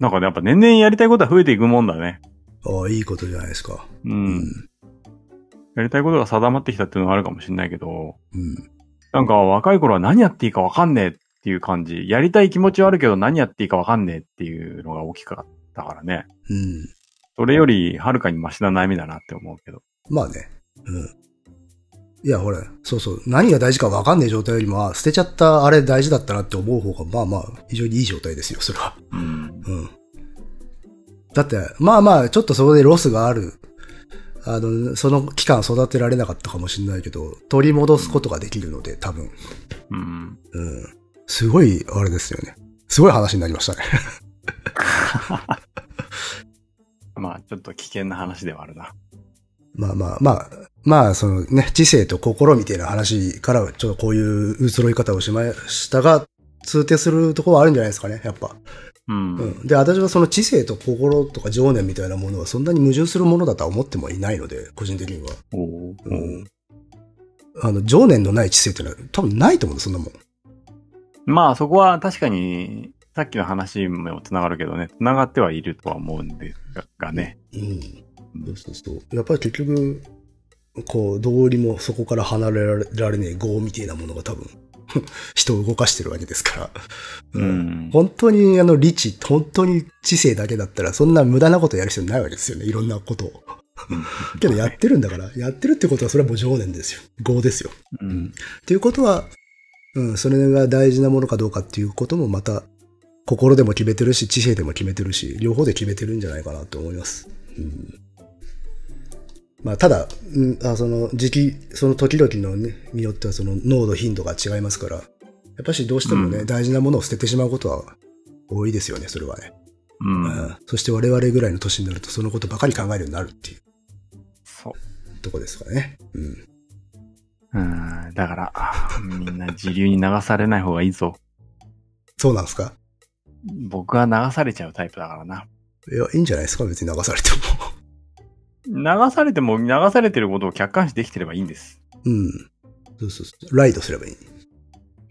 A: なんかね、やっぱ年々やりたいことは増えていくもんだね。
B: ああ、いいことじゃないですか。
A: う。
B: うんん。
A: やりたいことが定まってきたっていうのはあるかもしれないけど、
B: うん。
A: なんか若い頃は何やっていいかわかんねえっていう感じ。やりたい気持ちはあるけど何やっていいかわかんねえっていうのが大きかったからね。
B: うん。
A: それよりはるかにマシな悩みだなって思うけど。
B: まあね。うん。いや、ほら、そうそう。何が大事か分かんない状態よりも、あ捨てちゃったあれ大事だったなって思う方が、まあまあ、非常にいい状態ですよ、それは。
A: うん。
B: うん。だって、まあまあ、ちょっとそこでロスがある。あの、その期間育てられなかったかもしれないけど、取り戻すことができるので、多分。
A: うん。
B: うん。すごい、あれですよね。すごい話になりましたね。
A: まあちょっと危険な話ではあるな。
B: まあまあまあ、まあそのね、知性と心みたいな話からはちょっとこういう移ろい方をしましたが、通底するところはあるんじゃないですかね、やっぱ。
A: うん。
B: うん。で、私はその知性と心とか情念みたいなものはそんなに矛盾するものだとは思ってもいないので、個人的には。
A: おおー、
B: うん。あの、情念のない知性っていうのは多分ないと思うんです、そんなもん。
A: まあそこは確かに、さっきの話にもつながるけどね、つながってはいるとは思うんですがね。
B: うん。そうそうそう。やっぱり結局、こう、道理もそこから離れられられねえ業みたいなものが多分、 人を動かしてるわけですから。
A: うん。
B: 本当にあの理智、本当に知性だけだったら、そんな無駄なことやる必要ないわけですよね。いろんなことを。けどやってるんだから、やってるってことはそれはもう常念ですよ。業ですよ。
A: うん。
B: っていうことは、うん、それが大事なものかどうかっていうこともまた、心でも決めてるし、知性でも決めてるし、両方で決めてるんじゃないかなと思います。うんまあ、ただ、うん、あその時期、その時々のね、によってはその濃度、頻度が違いますから、やっぱしどうしてもね、
A: うん
B: 大事なものを捨ててしまうことは多いですよね、それはね。
A: う。
B: うんん、そして我々ぐらいの年になると、そのことばかり考えるようになるっていう
A: そう。
B: とこですからね。うん。
A: うん。だから、みんな自流に流されない方がいいぞ。
B: そうなんですか
A: 僕は流されちゃうタイプだからな。
B: いや、いいんじゃないですか別に流されても。
A: 流されても流されてることを客観視できてればいいんです。
B: うん。そうそうそう。ライドすればいい。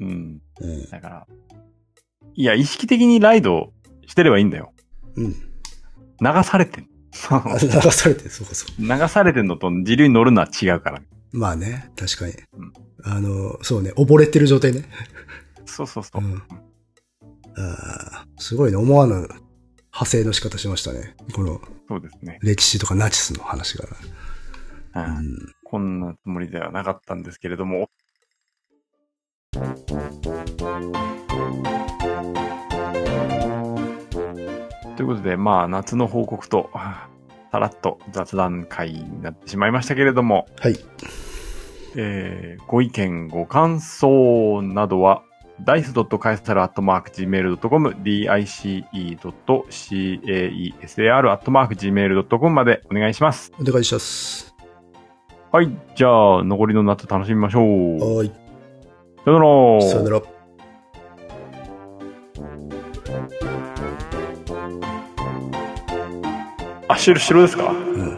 A: うん。
B: うん。
A: だから、いや、意識的にライドしてればいいんだよ。
B: うん。
A: 流されてん
B: あ 流されてる、そうかそう。
A: 流されてんのと自流に乗るのは違うから。
B: まあね、確かに
A: うん。
B: あの、そうね、溺れてる状態ね。
A: そうそうそうう。
B: ん。あーすごいね、思わぬ派生の仕方しましたね。この
A: そうですね、
B: 歴史とかナチスの話から。
A: う。
B: うんん。
A: こんなつもりではなかったんですけれども。ということで、まあ、夏の報告と、さらっと雑談会になってしまいましたけれども、
B: はい。
A: えーご意見、ご感想などは、dice.caesar.gmail.com、dice.caesar.gmail.com までお願いします。
B: お願いします。
A: はい、じゃあ、残りの夏楽しみましょう。
B: はーい。
A: さよなら
B: さよなら。
D: あ、白、白ですか
B: うん。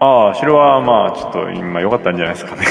D: ああ、白はまあ、ちょっと今良かったんじゃないですかね。